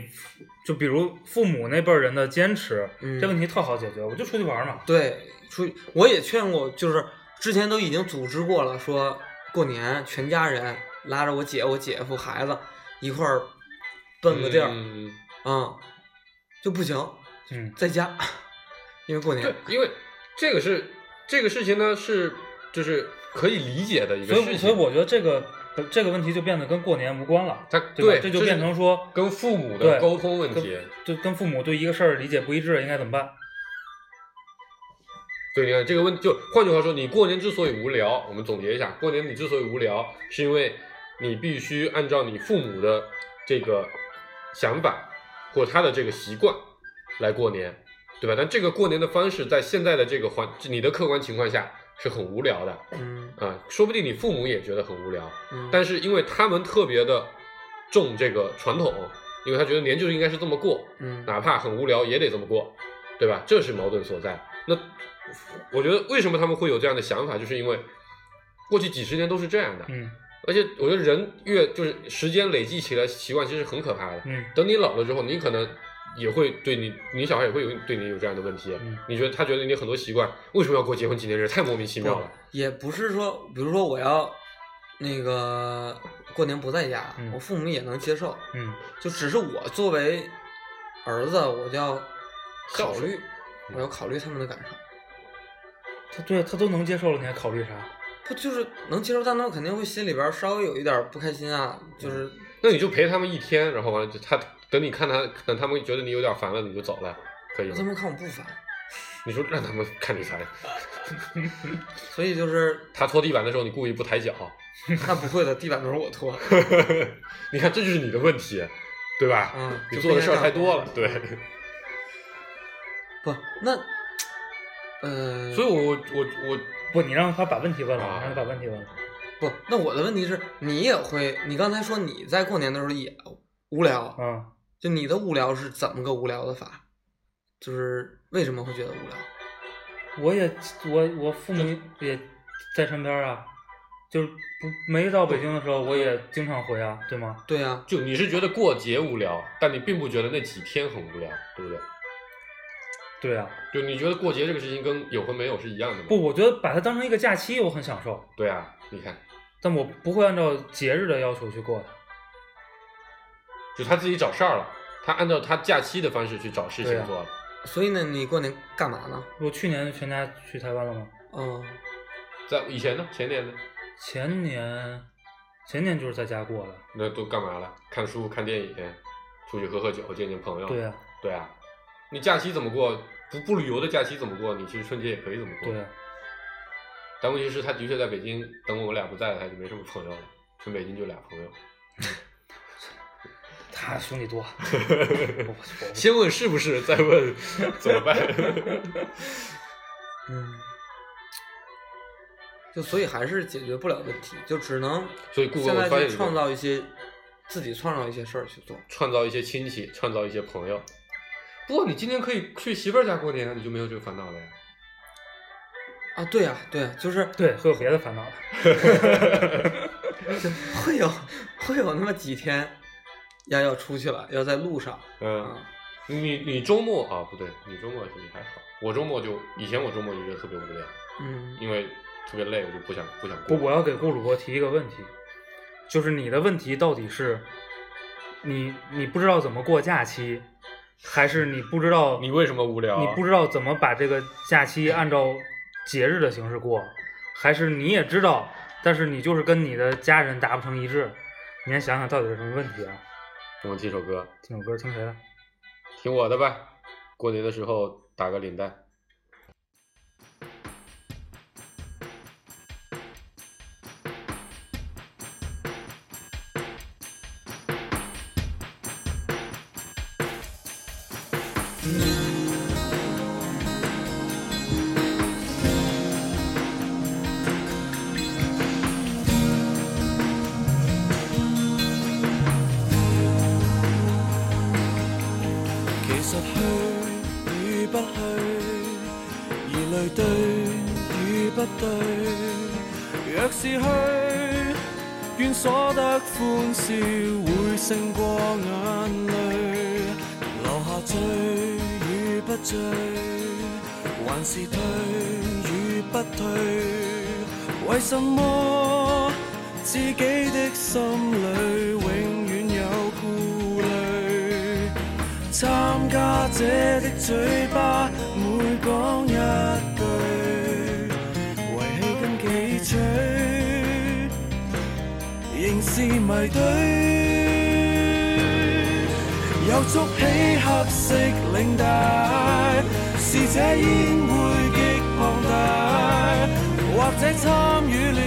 Speaker 4: 就比如父母那辈儿人的坚持，
Speaker 2: 嗯
Speaker 4: 这问题特好解决，我就出去玩儿嘛。
Speaker 2: 对，出去我也劝过，就是之前都已经组织过了，说过年全家人拉着我姐、我姐夫、孩子一块儿奔个地儿，嗯
Speaker 3: 嗯，
Speaker 2: 就不行，
Speaker 4: 嗯，
Speaker 2: 在家，因为过年
Speaker 3: 对，，因为这个是这个事情呢是就是可以理解的一个事
Speaker 4: 所
Speaker 3: 情，
Speaker 4: 以所以我觉得这个这个问题就变得跟过年无关了，
Speaker 3: 他
Speaker 4: 吧？
Speaker 3: 对
Speaker 4: 这
Speaker 3: 这
Speaker 4: 就
Speaker 3: 是
Speaker 4: 变成说
Speaker 3: 跟父母的
Speaker 4: 对
Speaker 3: 沟通问题，
Speaker 4: 跟就跟父母对一个事儿理解不一致，应该怎么办？
Speaker 3: 对，你看这个问题，就换句话说，你过年之所以无聊，我们总结一下，过年你之所以无聊，是因为你必须按照你父母的这个想法或他的这个习惯来过年，对吧？但这个过年的方式在现在的这个环你的客观情况下是很无聊的啊、
Speaker 2: 嗯
Speaker 3: 说不定你父母也觉得很无聊，
Speaker 2: 嗯，
Speaker 3: 但是因为他们特别的重这个传统，因为他觉得年就是应该是这么过，
Speaker 2: 嗯
Speaker 3: 哪怕很无聊也得这么过，对吧？这是矛盾所在。那我觉得为什么他们会有这样的想法，就是因为过去几十年都是这样的，
Speaker 4: 嗯
Speaker 3: 而且我觉得人越就是时间累积起来习惯，其实很可怕的。
Speaker 4: 嗯
Speaker 3: 等你老了之后，你可能也会对你，你小孩也会有对你有这样的问题。
Speaker 4: 嗯
Speaker 3: 你觉得他觉得你很多习惯，为什么要过结婚纪念日？太莫名其妙了。
Speaker 2: 也不是说，比如说我要那个过年不在家，
Speaker 4: 嗯
Speaker 2: 我父母也能接受，
Speaker 4: 嗯，
Speaker 2: 就只是我作为儿子，我就要考虑，我
Speaker 3: 嗯
Speaker 2: 要考虑他们的感受。
Speaker 4: 他对他都能接受了，你还考虑啥？
Speaker 2: 不就是能接受，但他们肯定会心里边儿稍微有一点儿不开心啊，就是
Speaker 3: 那你就陪他们一天，然后完了就他等你看他，等他们觉得你有点烦了，你就走了，可以
Speaker 2: 他
Speaker 3: 吗？
Speaker 2: 们看我不烦，
Speaker 3: 你说让他们看你烦，
Speaker 2: 所以
Speaker 3: *laughs*
Speaker 2: 就是
Speaker 3: 他拖地板的时候你故意不抬脚， *laughs*
Speaker 2: 那不会的，地板都是我拖，
Speaker 3: 你看这就是你的问题，对吧？
Speaker 2: 嗯，
Speaker 3: 你
Speaker 2: 就
Speaker 3: 做的事儿
Speaker 2: 不应该
Speaker 3: 太
Speaker 2: 干
Speaker 3: 多了，对。
Speaker 2: 嗯不那，呃，
Speaker 3: 所以我我我
Speaker 4: 不，你让他把问题问了，
Speaker 3: 啊
Speaker 4: 让他把问题问了。
Speaker 2: 不，那我的问题是，你也会，你刚才说你在过年的时候也无聊，
Speaker 4: 嗯，
Speaker 2: 就你的无聊是怎么个无聊的法？就是为什么会觉得无聊？
Speaker 4: 我也我我父母也在身边啊，就是不没到北京的时候，我
Speaker 3: 嗯
Speaker 4: 也经常回啊，对吗？
Speaker 2: 对呀、
Speaker 3: 就你是觉得过节无聊，但你并不觉得那几天很无聊，对不对？
Speaker 4: 对啊，
Speaker 3: 就你觉得过节这个事情跟有和没有是一样的吗？
Speaker 4: 不，，我觉得把它当成一个假期，我很享受，
Speaker 3: 对啊，你看，
Speaker 4: 但我不会按照节日的要求去过的。
Speaker 3: 就他自己找事儿了，他按照他假期的方式去找事
Speaker 4: 对啊
Speaker 3: 情做了。
Speaker 2: 所以呢，你过年干嘛呢？
Speaker 4: 我去年全家去台湾了吗？
Speaker 3: 哦
Speaker 2: 嗯，
Speaker 3: 在以前呢，前年呢，
Speaker 4: 前年，前年就是在家过的。
Speaker 3: 那都干嘛了？看书、看电影，出去喝喝酒，见见朋友。
Speaker 4: 对啊，
Speaker 3: 对啊，你假期怎么过？不不旅游的假期怎么过？你其实春节也可以怎么过。
Speaker 4: 对，啊
Speaker 3: 但问题是，他的确在北京，等我们俩不在了，他就没什么朋友了。全北京就俩朋友。
Speaker 4: 他兄
Speaker 3: *laughs*
Speaker 4: 弟多，我我
Speaker 3: 先问是不是，再问怎么办？
Speaker 2: 嗯，就所以还是解决不了问题，就只能
Speaker 3: 所以顾客
Speaker 2: 现
Speaker 3: 我
Speaker 2: 在
Speaker 3: 发现
Speaker 2: 去
Speaker 3: 一
Speaker 2: 创
Speaker 3: 个，
Speaker 2: 造一些自己创造一些事儿去做。
Speaker 3: 创造一些亲戚，创造一些朋友。不过你今年可以去媳妇儿家过年啊，你就没有这个烦恼了呀。
Speaker 2: 啊，对呀、对呀、
Speaker 3: *laughs*
Speaker 2: 就是
Speaker 4: 对，会有别的烦恼的。
Speaker 2: 会有会有那么几天要要出去了，要在路上
Speaker 3: 嗯
Speaker 2: 啊，，
Speaker 3: 你你周末啊，不对，你周末其实还好。我周末就以前我周末就觉得特别无聊，
Speaker 2: 嗯
Speaker 3: 因为特别累，我就不想不想过。
Speaker 4: 我我要给顾主播提一个问题，就是你的问题到底是你你不知道怎么过假期，还是你不知道
Speaker 3: 你为什么无聊啊？
Speaker 4: 你不知道怎么把这个假期按照节日的形式过，还是你也知道，但是你就是跟你的家人达不成一致？你先想想到底是什么问题啊？
Speaker 3: 我们听首歌，
Speaker 4: 听首歌，听谁的？
Speaker 3: 听我的吧。过年的时候打个领带。
Speaker 5: 其實去與不去，疑慮對與不對。若是去，願所得歡笑會勝過眼淚。留下醉與不醉，還是退與不退？為什麼自己的心裏永遠有顧慮？參加者的嘴巴每講一句，遺棄跟幾取，仍是迷隊。又捉起黑色領帶，是這宴會極龐大，或者參與了，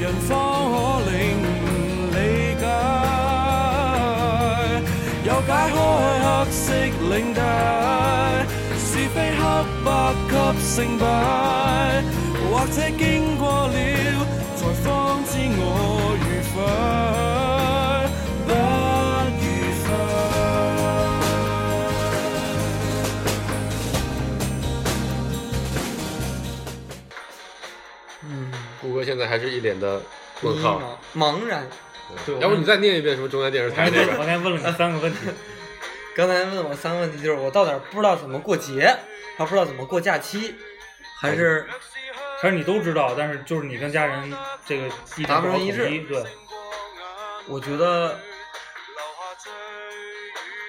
Speaker 5: 人方可領悟理解。又解開黑色領帶，是非黑白及成敗，或者經過了，才方知我愉快不愉快。
Speaker 2: 嗯，
Speaker 3: 顾哥现在还是一脸的问
Speaker 2: 迷
Speaker 3: 号。嗯
Speaker 2: 茫茫然。
Speaker 4: 对我
Speaker 3: 要不你再念一遍什么中央电视
Speaker 4: 我刚
Speaker 3: 台
Speaker 4: 才
Speaker 3: 那
Speaker 4: 问
Speaker 3: 个？
Speaker 4: 了，我刚才问了你三个问题。
Speaker 2: 刚才问我三个问题，就是我到底儿不知道怎么过节，还不知道怎么过假期， *laughs*
Speaker 3: 哎
Speaker 2: 还是
Speaker 4: 还是你都知道，但是就是你跟家人这个意见
Speaker 2: 达不
Speaker 4: 合
Speaker 2: 成一致
Speaker 4: 对，
Speaker 2: 我觉得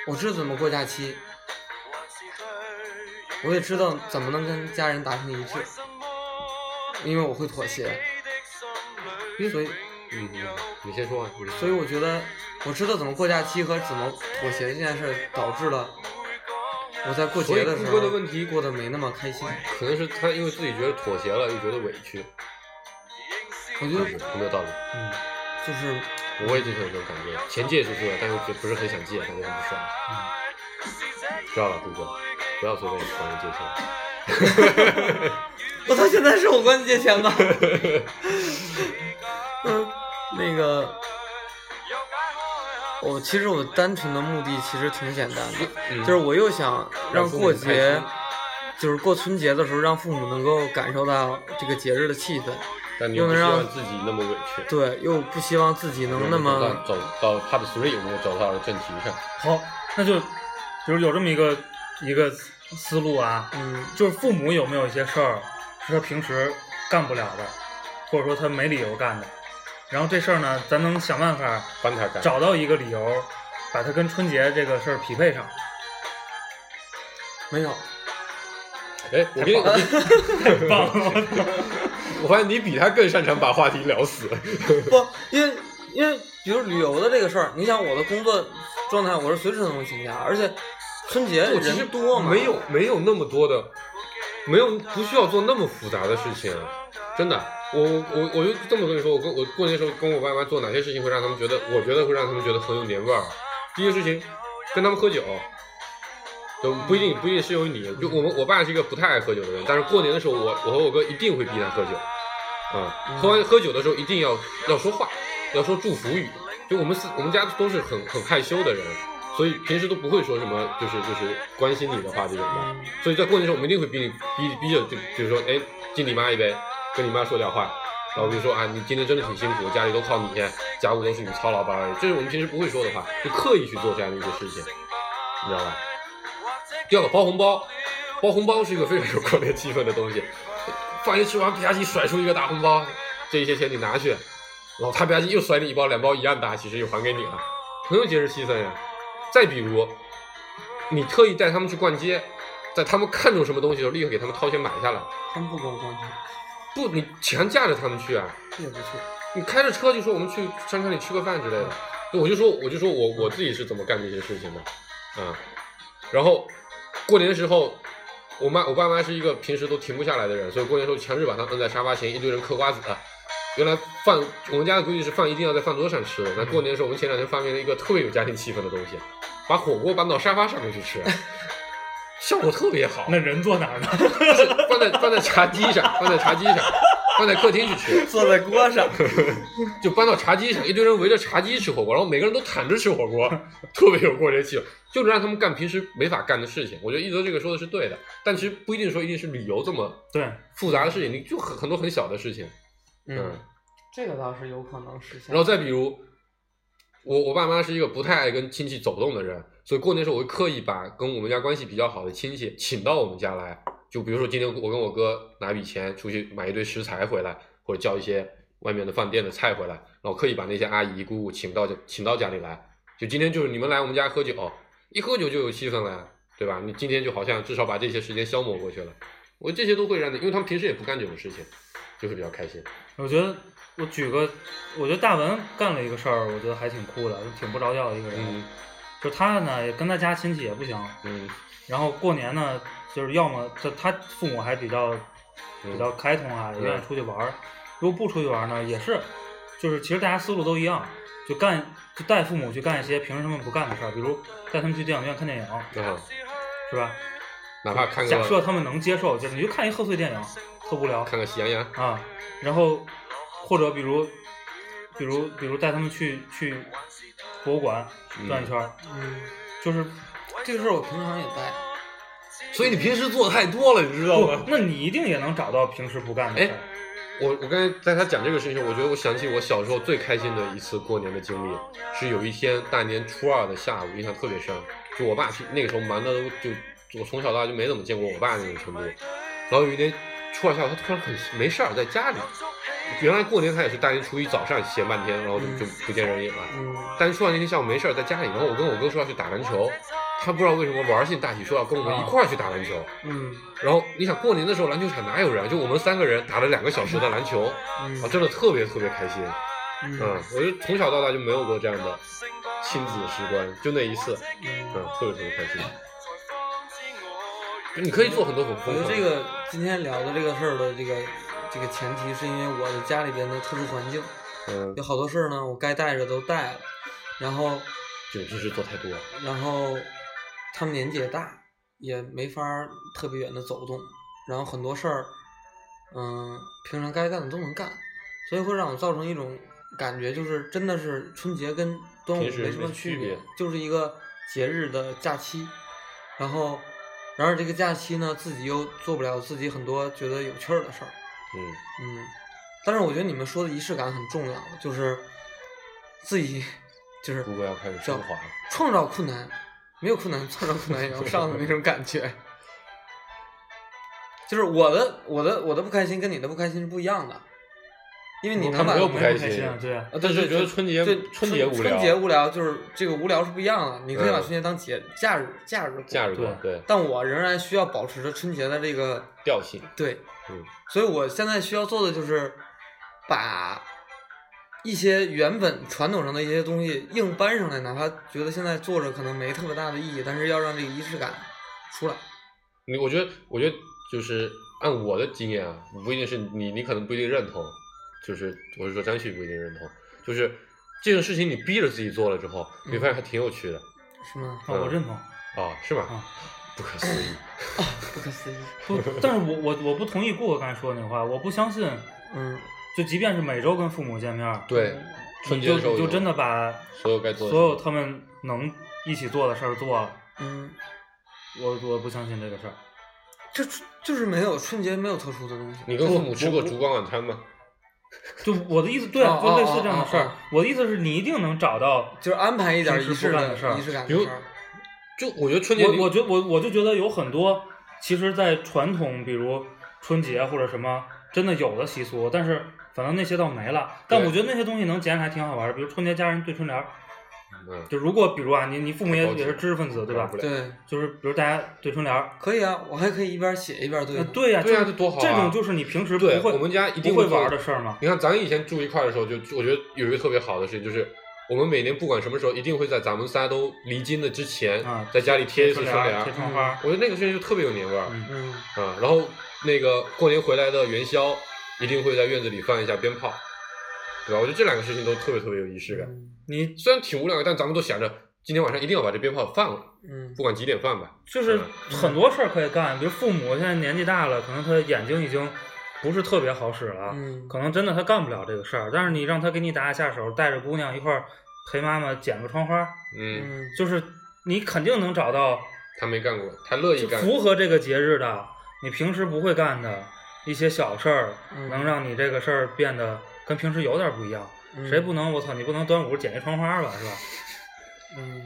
Speaker 2: 我知道怎么过假期，我也知道怎么能跟家人达成一致，因为我会妥协，所以
Speaker 3: 嗯，你先说啊，你
Speaker 2: 所以我觉得我知道怎么过假期和怎么妥协这件事儿，导致了我在过节的时
Speaker 3: 所以
Speaker 2: 候
Speaker 3: 顾哥的问题
Speaker 2: 过得没那么开心。
Speaker 3: 可能是他因为自己觉得妥协了，又觉得委屈，
Speaker 2: 我觉
Speaker 3: 就
Speaker 2: 得
Speaker 3: 是有没有道理？
Speaker 4: 嗯，
Speaker 2: 就是
Speaker 3: 我也经常有这种感觉，钱借出去了，但又觉不是很想借，感觉很不爽。知道了，顾哥，不要随便管人借钱。
Speaker 2: *laughs* 我到现在是我管你借
Speaker 3: *laughs*
Speaker 2: 钱吗？嗯，那个，我其实我单纯的目的其实挺简单的，
Speaker 3: 嗯
Speaker 2: 就是我又想让过节
Speaker 3: 让父母开，
Speaker 2: 就是过春节的时候让父母能够感受到这个节日的气氛，
Speaker 3: 但你又
Speaker 2: 又
Speaker 3: 不
Speaker 2: 能
Speaker 3: 希望
Speaker 2: 让
Speaker 3: 自己那么委屈，
Speaker 2: 对，又不希望自己能那么
Speaker 3: 走到 Part Three 有没有走到了正题上？
Speaker 4: 好，那就就是有这么一个一个思路啊，
Speaker 2: 嗯
Speaker 4: 就是父母有没有一些事儿是他平时干不了的，或者说他没理由干的，然后这事儿呢，咱能想办法
Speaker 3: 帮他干。
Speaker 4: 找到一个理由，把它跟春节这个事儿匹配上。
Speaker 2: 没有。
Speaker 3: 哎，我跟你，
Speaker 4: 棒
Speaker 3: *laughs*
Speaker 4: 了，
Speaker 3: 我发现你比他更擅长把话题聊死。
Speaker 2: 不，因为因为比如旅游的这个事儿，你想我的工作状态，我是随时都能请假，而且春节
Speaker 3: 我其实
Speaker 2: 人多嘛，
Speaker 3: 没有没有那么多的，没有不需要做那么复杂的事情，真的。我我我就这么跟你说，我跟我过年时候跟我爸妈做哪些事情会让他们觉得，我觉得会让他们觉得很有年味儿。第一个事情，跟他们喝酒，都不一定不一定适用于你。就我们我爸是一个不太爱喝酒的人，但是过年的时候我我和我哥一定会逼他喝酒，啊、喝完喝酒的时候一定要要说话，要说祝福语。就我们四我们家都是很很害羞的人，所以平时都不会说什么就是就是关心你的话这种的。所以在过年的时候，我们一定会逼你逼逼着就比如说哎敬你妈一杯，跟你妈说点话。然后比如说啊，你今天真的挺辛苦，家里都靠你，家务都是你操劳吧，这是我们平时不会说的话，就刻意去做这样的一些事情，你知道吧？第二个包红包，包红包是一个非常有过年气氛的东西。饭一吃完，啪叽甩出一个大红包，这一些钱你拿去，然后他啪叽又甩你一包两包一样大，其实又还给你了，很有节日气氛呀。再比如，你特意带他们去逛街，在他们看中什么东西的时候，立刻给他们掏钱买下来，
Speaker 2: 他们不跟我逛街，
Speaker 3: 不，你强架着他们去啊。
Speaker 2: 这也不错。
Speaker 3: 你开着车就说我们去商场里吃个饭之类的，就我就说我就说我我自己是怎么干这些事情的，啊、然后过年的时候，我妈我爸妈是一个平时都停不下来的人，所以过年的时候强制把他们摁在沙发前，一堆人嗑瓜子。啊原来饭我们家的规矩是饭一定要在饭桌上吃，那过年的时候我们前两天发明了一个特别有家庭气氛的东西，把火锅搬到沙发上面去吃，效果特别好
Speaker 4: 那，人坐哪儿呢？
Speaker 3: 就是 *laughs* 放在放在茶几上，放在茶几上，放在客厅去吃。
Speaker 2: 坐在锅上，
Speaker 3: 就搬到茶几上，一堆人围着茶几吃火锅，然后每个人都躺着吃火锅，特别有过节气氛，就是让他们干平时没法干的事情。我觉得一泽这个说的是对的，但其实不一定说一定是旅游这么
Speaker 4: 对，
Speaker 3: 复杂的事情，你就很很多很小的事情，
Speaker 2: 嗯，这个倒是有可能实现。
Speaker 3: 然后再比如，我我爸妈是一个不太爱跟亲戚走动的人，所以过年的时候我会刻意把跟我们家关系比较好的亲戚请到我们家来。就比如说今天我跟我哥拿一笔钱出去买一堆食材回来，或者叫一些外面的饭店的菜回来，然后刻意把那些阿姨姑姑请到家请到家里来。就今天就是你们来我们家喝酒，一喝酒就有气氛了呀，对吧？你今天就好像至少把这些时间消磨过去了。我这些都会让你，因为他们平时也不干这种事情，就会比较开心。
Speaker 4: 我觉得我举个，我觉得大文干了一个事儿，我觉得还挺酷的，就挺不着调的一个人。
Speaker 3: 嗯
Speaker 4: 就他呢，也跟他家亲戚也不行，
Speaker 3: 嗯
Speaker 4: 然后过年呢，就是要么他他父母还比较比较开通啊，也愿意出去玩儿。如果不出去玩儿呢，也是，就是其实大家思路都一样，就干就带父母去干一些平时他们不干的事儿，比如带他们去电影院看电影，
Speaker 3: 啊，
Speaker 4: 是吧？
Speaker 3: 哪怕看个
Speaker 4: 假设他们能接受，就是你就看一贺岁电影，特无聊
Speaker 3: 看个《喜羊羊》
Speaker 4: 啊。然后或者比如比如比如带他们去去博物馆转一圈儿，
Speaker 2: 嗯，
Speaker 4: 就是
Speaker 2: 这个事儿我平常也在。嗯
Speaker 3: 所以你平时做的太多了，你知道
Speaker 4: 不
Speaker 3: 吗？，
Speaker 4: 那你一定也能找到平时不干的事儿。
Speaker 3: 我我刚才在他讲这个事情，我觉得我想起我小时候最开心的一次过年的经历，是有一天大年初二的下午，印象特别深。就我爸那个时候忙的都就我从小到大就没怎么见过我爸那种程度。然后有一天初二下午，他突然很没事儿在家里。原来过年他也是大年初一早上闲半天，然后就就不见人影了。
Speaker 2: *laughs* 嗯，
Speaker 3: 但是初二那天下午没事儿在家里，然后我跟我哥说要去打篮球，他不知道为什么玩性大起，说要跟我
Speaker 4: 啊
Speaker 3: 们一块儿去打篮球。
Speaker 2: 嗯，
Speaker 3: 然后你想过年的时候篮球场哪有人？啊就我们三个人打了两个小时的篮球，啊，
Speaker 2: 嗯，
Speaker 3: 真的特别特别开心。
Speaker 2: 嗯，
Speaker 3: 嗯，我就从小到大就没有过这样的亲子时光，就那一次，
Speaker 2: 嗯，
Speaker 3: 嗯，特别特别开心。就你可以做很多很
Speaker 2: 我
Speaker 3: 丰
Speaker 2: 觉得
Speaker 3: 富的
Speaker 2: 这个今天聊的这个事儿的这个这个前提，是因为我的家里边的特殊环境，
Speaker 3: 嗯
Speaker 2: 有，好多事儿呢，我该带着都带了，然后
Speaker 3: 这种知识做太多了。
Speaker 2: 然后他们年纪也大，也没法儿特别远的走动，然后很多事儿，嗯、平常该干的都能干，所以会让我造成一种感觉，就是真的是春节跟端午
Speaker 3: 平时
Speaker 2: 没什么
Speaker 3: 没
Speaker 2: 区
Speaker 3: 区别
Speaker 2: 别，就是一个节日的假期，然后。然而这个假期呢，自己又做不了自己很多觉得有趣儿的事儿，
Speaker 3: 嗯，
Speaker 2: 嗯，但是我觉得你们说的仪式感很重要，就是自己 *laughs* 就是
Speaker 3: 如果要开始升华，
Speaker 2: 创造困难，没有困难创造困难也要上的那种感觉。就是我的我的我的不开心跟你的不开心是不一样的，因为你能
Speaker 3: 他
Speaker 2: 把
Speaker 3: 没有
Speaker 4: 不
Speaker 3: 不
Speaker 4: 开
Speaker 3: 开心
Speaker 4: 啊，对啊，
Speaker 2: 啊，
Speaker 3: 但
Speaker 2: 对
Speaker 3: 是
Speaker 2: 对，
Speaker 3: 觉得春节
Speaker 2: 对
Speaker 3: 春节无聊
Speaker 2: 春节无聊就是这个无聊是不一样的，你可以把
Speaker 3: 嗯
Speaker 2: 春节当节假日假日过
Speaker 3: 假日过对
Speaker 2: 但我仍然需要保持着春节的这个
Speaker 3: 调性，
Speaker 2: 对
Speaker 3: 嗯
Speaker 2: 所以我现在需要做的就是把一些原本传统上的一些东西硬搬上来，哪怕觉得现在做着可能没特别大的意义，但是要让这个仪式感出来。
Speaker 3: 你我觉得，我觉得就是按我的经验啊，不一定是你，你可能不一定认同，就是我是说张旭不一定认同，就是这种事情你逼着自己做了之后，
Speaker 4: 嗯
Speaker 3: 你发现还挺有趣的
Speaker 2: 是吗？
Speaker 4: 啊，我认同。
Speaker 3: 啊，是吗
Speaker 4: 啊？
Speaker 3: 不可思议，
Speaker 2: 不可思议。
Speaker 4: 不，但是我我我不同意顾哥刚才说的那话，我不相信，
Speaker 2: 嗯，
Speaker 4: 就即便是每周跟父母见面，
Speaker 3: 对，春节
Speaker 4: 嗯就
Speaker 3: 的时候
Speaker 4: 就
Speaker 3: 有
Speaker 4: 真的把
Speaker 3: 所有该做的
Speaker 4: 所有
Speaker 3: 事情
Speaker 4: 他们能一起做的事儿做了，
Speaker 2: 嗯，
Speaker 4: 我我不相信这个事儿。
Speaker 2: 这就是没有春节没有特殊的东西。
Speaker 3: 你跟父母吃过烛光晚餐吗？
Speaker 4: 就我的意思，对
Speaker 2: 哦
Speaker 4: 啊，
Speaker 2: 哦
Speaker 4: 就类似这样的事
Speaker 2: 哦
Speaker 4: 儿
Speaker 2: 哦。
Speaker 4: 我的意思是你一定能找到。
Speaker 2: 就是安排一点仪式
Speaker 4: 平时不干的事儿
Speaker 2: 仪式感
Speaker 3: 比
Speaker 2: 的
Speaker 3: 如
Speaker 2: 事儿。
Speaker 3: 就我觉得春节你
Speaker 4: 我我觉得我我就觉得有很多，其实，在传统，比如春节啊或者什么，真的有的习俗，但是反正那些倒没了。但
Speaker 3: 对
Speaker 4: 我觉得那些东西能捡起来挺好玩儿，比如春节家人对春联儿，
Speaker 3: 嗯，
Speaker 4: 就如果比如啊，你你父母也
Speaker 3: 高级
Speaker 4: 也是知识分子，对吧？
Speaker 3: 不了
Speaker 2: 对，
Speaker 4: 就是比如大家对春联儿，
Speaker 2: 可以啊，我还可以一边写一边对
Speaker 4: 那
Speaker 2: 呢。
Speaker 4: 对呀、
Speaker 3: 对呀
Speaker 4: 呀、
Speaker 3: 这多好啊
Speaker 4: 这种就是你平时不
Speaker 3: 对
Speaker 4: 会，
Speaker 3: 我们家一定
Speaker 4: 不会
Speaker 3: 做
Speaker 4: 玩儿的事儿嘛。
Speaker 3: 你看，咱以前住一块儿的时候就，就我觉得有一个特别好的事情，就是我们每年不管什么时候，一定会在咱们仨都离经的之前，
Speaker 4: 啊，
Speaker 3: 在家里贴一次
Speaker 4: 春
Speaker 3: 春
Speaker 4: 联
Speaker 3: 联
Speaker 4: 儿，
Speaker 3: 儿嗯
Speaker 4: 贴。窗花儿，
Speaker 3: 我觉得那个事情就特别有年味儿、
Speaker 4: 嗯
Speaker 2: 嗯，
Speaker 3: 啊。然后那个过年回来的元宵，一定会在院子里放一下鞭炮，对吧？我觉得这两个事情都特别特别有仪式感。
Speaker 2: 嗯
Speaker 4: 你
Speaker 3: 虽然挺无聊的，但咱们都想着今天晚上一定要把这鞭炮放了，
Speaker 2: 嗯
Speaker 3: 不管几点放吧。
Speaker 4: 就是
Speaker 2: 嗯
Speaker 4: 很多事儿可以干，比如父母现在年纪大了，可能他眼睛已经不是特别好使了，
Speaker 2: 嗯
Speaker 4: 啊可能真的他干不了这个事儿。但是你让他给你打打下手，带着姑娘一块儿陪妈妈剪个窗花儿，
Speaker 3: 嗯，
Speaker 2: 嗯，
Speaker 4: 就是你肯定能找到
Speaker 3: 他没干过，他乐意
Speaker 4: 就
Speaker 3: 干。
Speaker 4: 符合这个节日的，你平时不会干的一些小事儿，
Speaker 2: 嗯
Speaker 4: 能让你这个事儿变得跟平时有点不一样。
Speaker 2: 嗯
Speaker 4: 谁不能？我操，你不能端午剪一窗花吧，是吧？
Speaker 2: 嗯，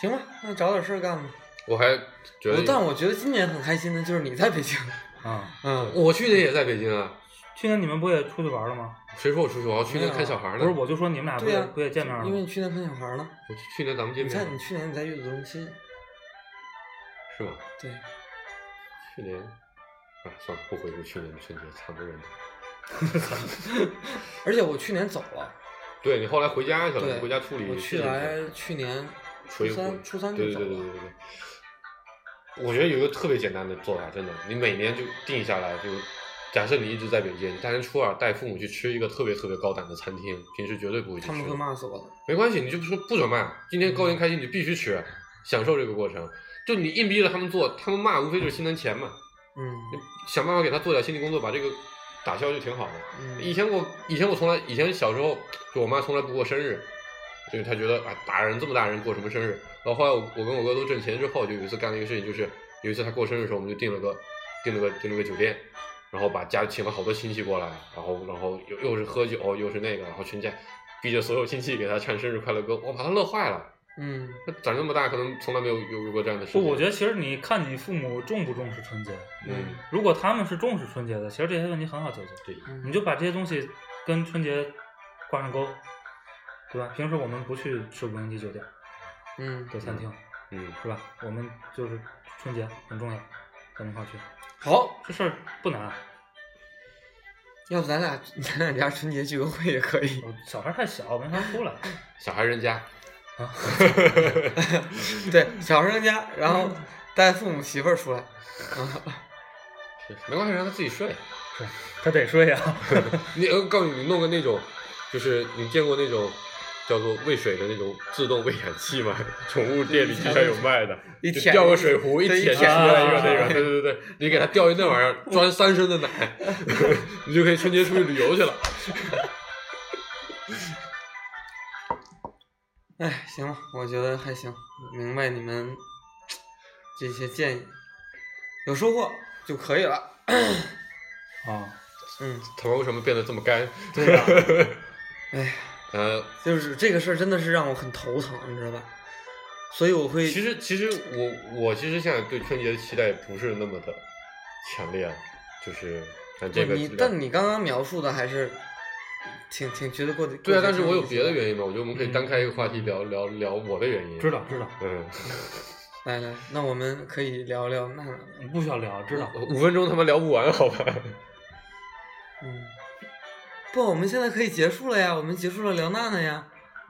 Speaker 2: 行吧，那找点事儿干吧。
Speaker 3: 我还觉
Speaker 2: 我哦但
Speaker 3: 得，
Speaker 2: 我觉得今年很开心的就是你在北
Speaker 3: *laughs*
Speaker 2: 京。
Speaker 4: 啊、
Speaker 2: 嗯，
Speaker 3: 我去年也在北京啊。
Speaker 4: 去年你们不也出去玩了吗？
Speaker 3: 谁说我出去？我要去年看小孩呢。
Speaker 4: 不是，
Speaker 2: 啊
Speaker 4: 我就说你们啊俩不
Speaker 2: 对
Speaker 4: 也、
Speaker 2: 呀，
Speaker 4: 不也见面了
Speaker 2: 因为
Speaker 4: 吗？
Speaker 2: 你去年看小孩儿了。
Speaker 3: 我去年咱们见
Speaker 2: 你
Speaker 3: 面
Speaker 2: 看
Speaker 3: 了
Speaker 2: 你去年你在月子中心，
Speaker 3: 是吗？
Speaker 2: 对，
Speaker 3: 去年，啊，算了，不回顾去年的春节，惨不忍睹。
Speaker 2: 而且我去年走了，
Speaker 3: 对你后来回家去了，
Speaker 2: 对，
Speaker 3: 你回家处理
Speaker 2: 我
Speaker 3: 事
Speaker 2: 去
Speaker 3: 情
Speaker 2: 来
Speaker 3: 去
Speaker 2: 去年
Speaker 3: 了
Speaker 2: 初
Speaker 3: 回
Speaker 2: 三
Speaker 3: 国
Speaker 2: 初三就
Speaker 3: 对
Speaker 2: 走
Speaker 3: 对对对
Speaker 2: 了。
Speaker 3: 对对。我觉得有一个特别简单的做法，真的，你每年就定下来，就假设你一直在北京，你大年初二带父母去吃一个特别特别高档的餐厅，平时绝对不会去
Speaker 2: 他
Speaker 3: 吃
Speaker 2: 们会
Speaker 3: 的。
Speaker 2: 骂死我的。
Speaker 3: 没关系，你就说不准卖。今天高兴开心，你必须吃，享受这个过程。就你硬逼着他们做，他们骂无非就是心疼钱嘛。
Speaker 2: 嗯
Speaker 3: 你想办法给他做点心理工作，把这个打消就挺好的。以
Speaker 2: 嗯
Speaker 3: 前我以前我从来以前小时候，就我妈从来不过生日，就是她觉得啊大人这么大人过什么生日。然后后来我我跟我哥都挣钱之后，就有一次干了一个事情，就是有一次他过生日的时候，我们就订了个订了个订了个酒店，然后把家请了好多亲戚过来，然后然后又又是喝酒又是那个，然后全家逼着所有亲戚给他唱生日快乐歌，我把他乐坏了。
Speaker 2: 嗯，
Speaker 3: 他长这么大可能从来没有有过这样的事情。
Speaker 4: 不，我觉得其实你看你父母重不重视春节，
Speaker 3: 嗯，
Speaker 4: 如果他们是重视春节的，其实这些问题很好解决。
Speaker 3: 对，
Speaker 2: 嗯
Speaker 4: 你就把这些东西跟春节挂上钩，对吧？平时我们不去吃五星级酒店
Speaker 2: 嗯，
Speaker 4: 的餐厅，
Speaker 3: 嗯，
Speaker 4: 是吧？我们就是春节很重要，咱们一块儿去。
Speaker 2: 好，
Speaker 4: 这事儿不难，啊
Speaker 2: 要不咱俩咱俩家春节聚个会也可以。
Speaker 4: 我小孩太小，没法出来。
Speaker 3: 小孩人家，嗯
Speaker 2: 对，小时候家，然后带父母媳妇儿出来。
Speaker 3: 是没关系，让他自己睡。
Speaker 4: 他得睡呀、
Speaker 3: 你我告诉你，你弄个那种，就是你见过那种叫做喂水的那种自动喂氧器吗？ *laughs* 宠物店里经常有卖的，
Speaker 2: 一
Speaker 3: 就
Speaker 2: 舔
Speaker 3: 吊个水壶，一
Speaker 2: 对一
Speaker 3: 舔就出
Speaker 2: 舔啊
Speaker 3: 来一个
Speaker 4: 出来
Speaker 3: 那个，对对对，你给它吊一那玩意儿，装三升的奶， *laughs* 你就可以春节出去旅游去了。
Speaker 2: 哎，行吧，我觉得还行，明白你们这些建议，有收获就可以了。
Speaker 4: 啊。
Speaker 2: 嗯，
Speaker 3: 他们为什么变得这么干？
Speaker 2: 对呀、哎呀，
Speaker 3: 呃，
Speaker 2: *laughs* 就是这个事儿真的是让我很头疼，你知道吧？所以我会，
Speaker 3: 其实其实我我其实现在对春节的期待不是那么的强烈，啊就是看
Speaker 2: 不
Speaker 3: 这个
Speaker 2: 你
Speaker 3: 质量。
Speaker 2: 但你刚刚描述的还是挺挺觉得过得
Speaker 3: 对啊，
Speaker 2: 过得
Speaker 3: 但是
Speaker 2: 挺
Speaker 3: 我有
Speaker 2: 意思
Speaker 3: 别的原因嘛，我觉得我们可以单开一个话题
Speaker 4: 嗯
Speaker 3: 聊聊聊我的原因。
Speaker 4: 知道知道，
Speaker 3: 嗯，
Speaker 2: 来来，那我们可以聊聊娜娜。
Speaker 4: 不
Speaker 3: 嗯
Speaker 4: 需要聊，知道。
Speaker 3: 五分钟他妈聊不完，好吧？
Speaker 2: 嗯，不，我们现在可以结束了呀，我们结束了聊娜娜呀。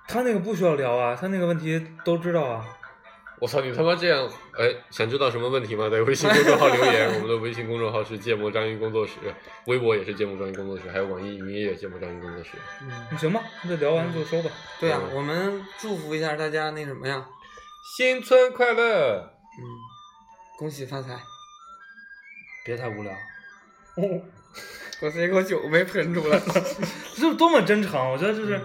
Speaker 4: 他那个不需要聊啊，他那个问题都知道啊。
Speaker 3: 我操，你他妈这样！哎，想知道什么问题吗？在微信公众号留言，我们的微信公众号是“芥末章鱼工作室”，微博也是“芥末章鱼工作室”，还有网易云音乐“芥末章鱼工作室
Speaker 2: 嗯，
Speaker 4: 你行吧，那就聊完就收吧。
Speaker 2: 对啊，
Speaker 3: 嗯
Speaker 2: 我们祝福一下大家那什么呀，”。
Speaker 3: 新春快乐！
Speaker 2: 嗯，恭喜发财。
Speaker 4: 别太无聊，
Speaker 2: 我这口酒没喷出来，
Speaker 4: 这 *laughs* 是多么真诚！我觉得这
Speaker 2: 嗯
Speaker 4: 是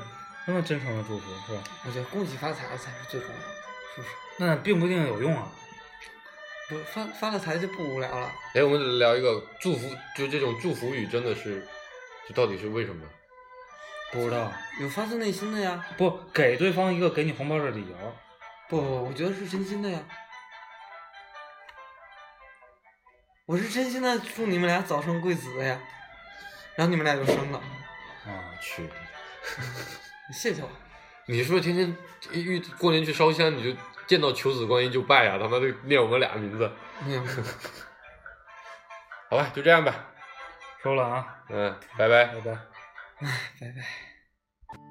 Speaker 4: 多么真诚的祝福，是吧？
Speaker 2: 我觉得恭喜发财才是最重要的，是不是？
Speaker 4: 那并不一定有用啊。
Speaker 2: 不发发了财就不无聊了。
Speaker 3: 哎，我们聊一个祝福，就这种祝福语真的是，这到底是为什么？
Speaker 4: 不知道，啊
Speaker 2: 有发自内心的呀，
Speaker 4: 不给对方一个给你红包的理由。
Speaker 2: 不不，我觉得是真心的呀。我是真心的祝你们俩早生贵子的呀，然后你们俩就生了，
Speaker 4: 啊，
Speaker 3: 去，
Speaker 2: 谢谢我。
Speaker 3: 你是不是天天一遇过年去烧香，你就见到求子观音就拜啊？他妈的念我们俩名字，
Speaker 2: 没有没有，
Speaker 3: 好吧，就这样吧，
Speaker 4: 收了啊，
Speaker 3: 嗯，拜拜
Speaker 4: 拜。拜。
Speaker 2: 拜拜。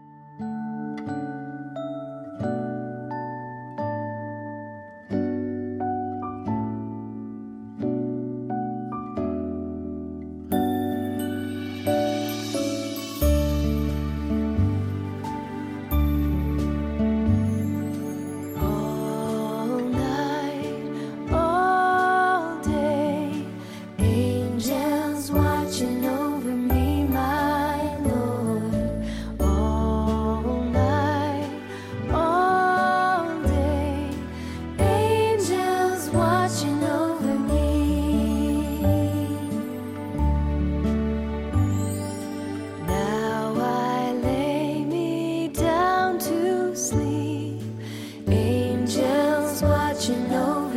Speaker 6: All night, all day, angels watching over me, my Lord. All night, all day, angels watching over me. Now I lay me down to sleep, angels watching over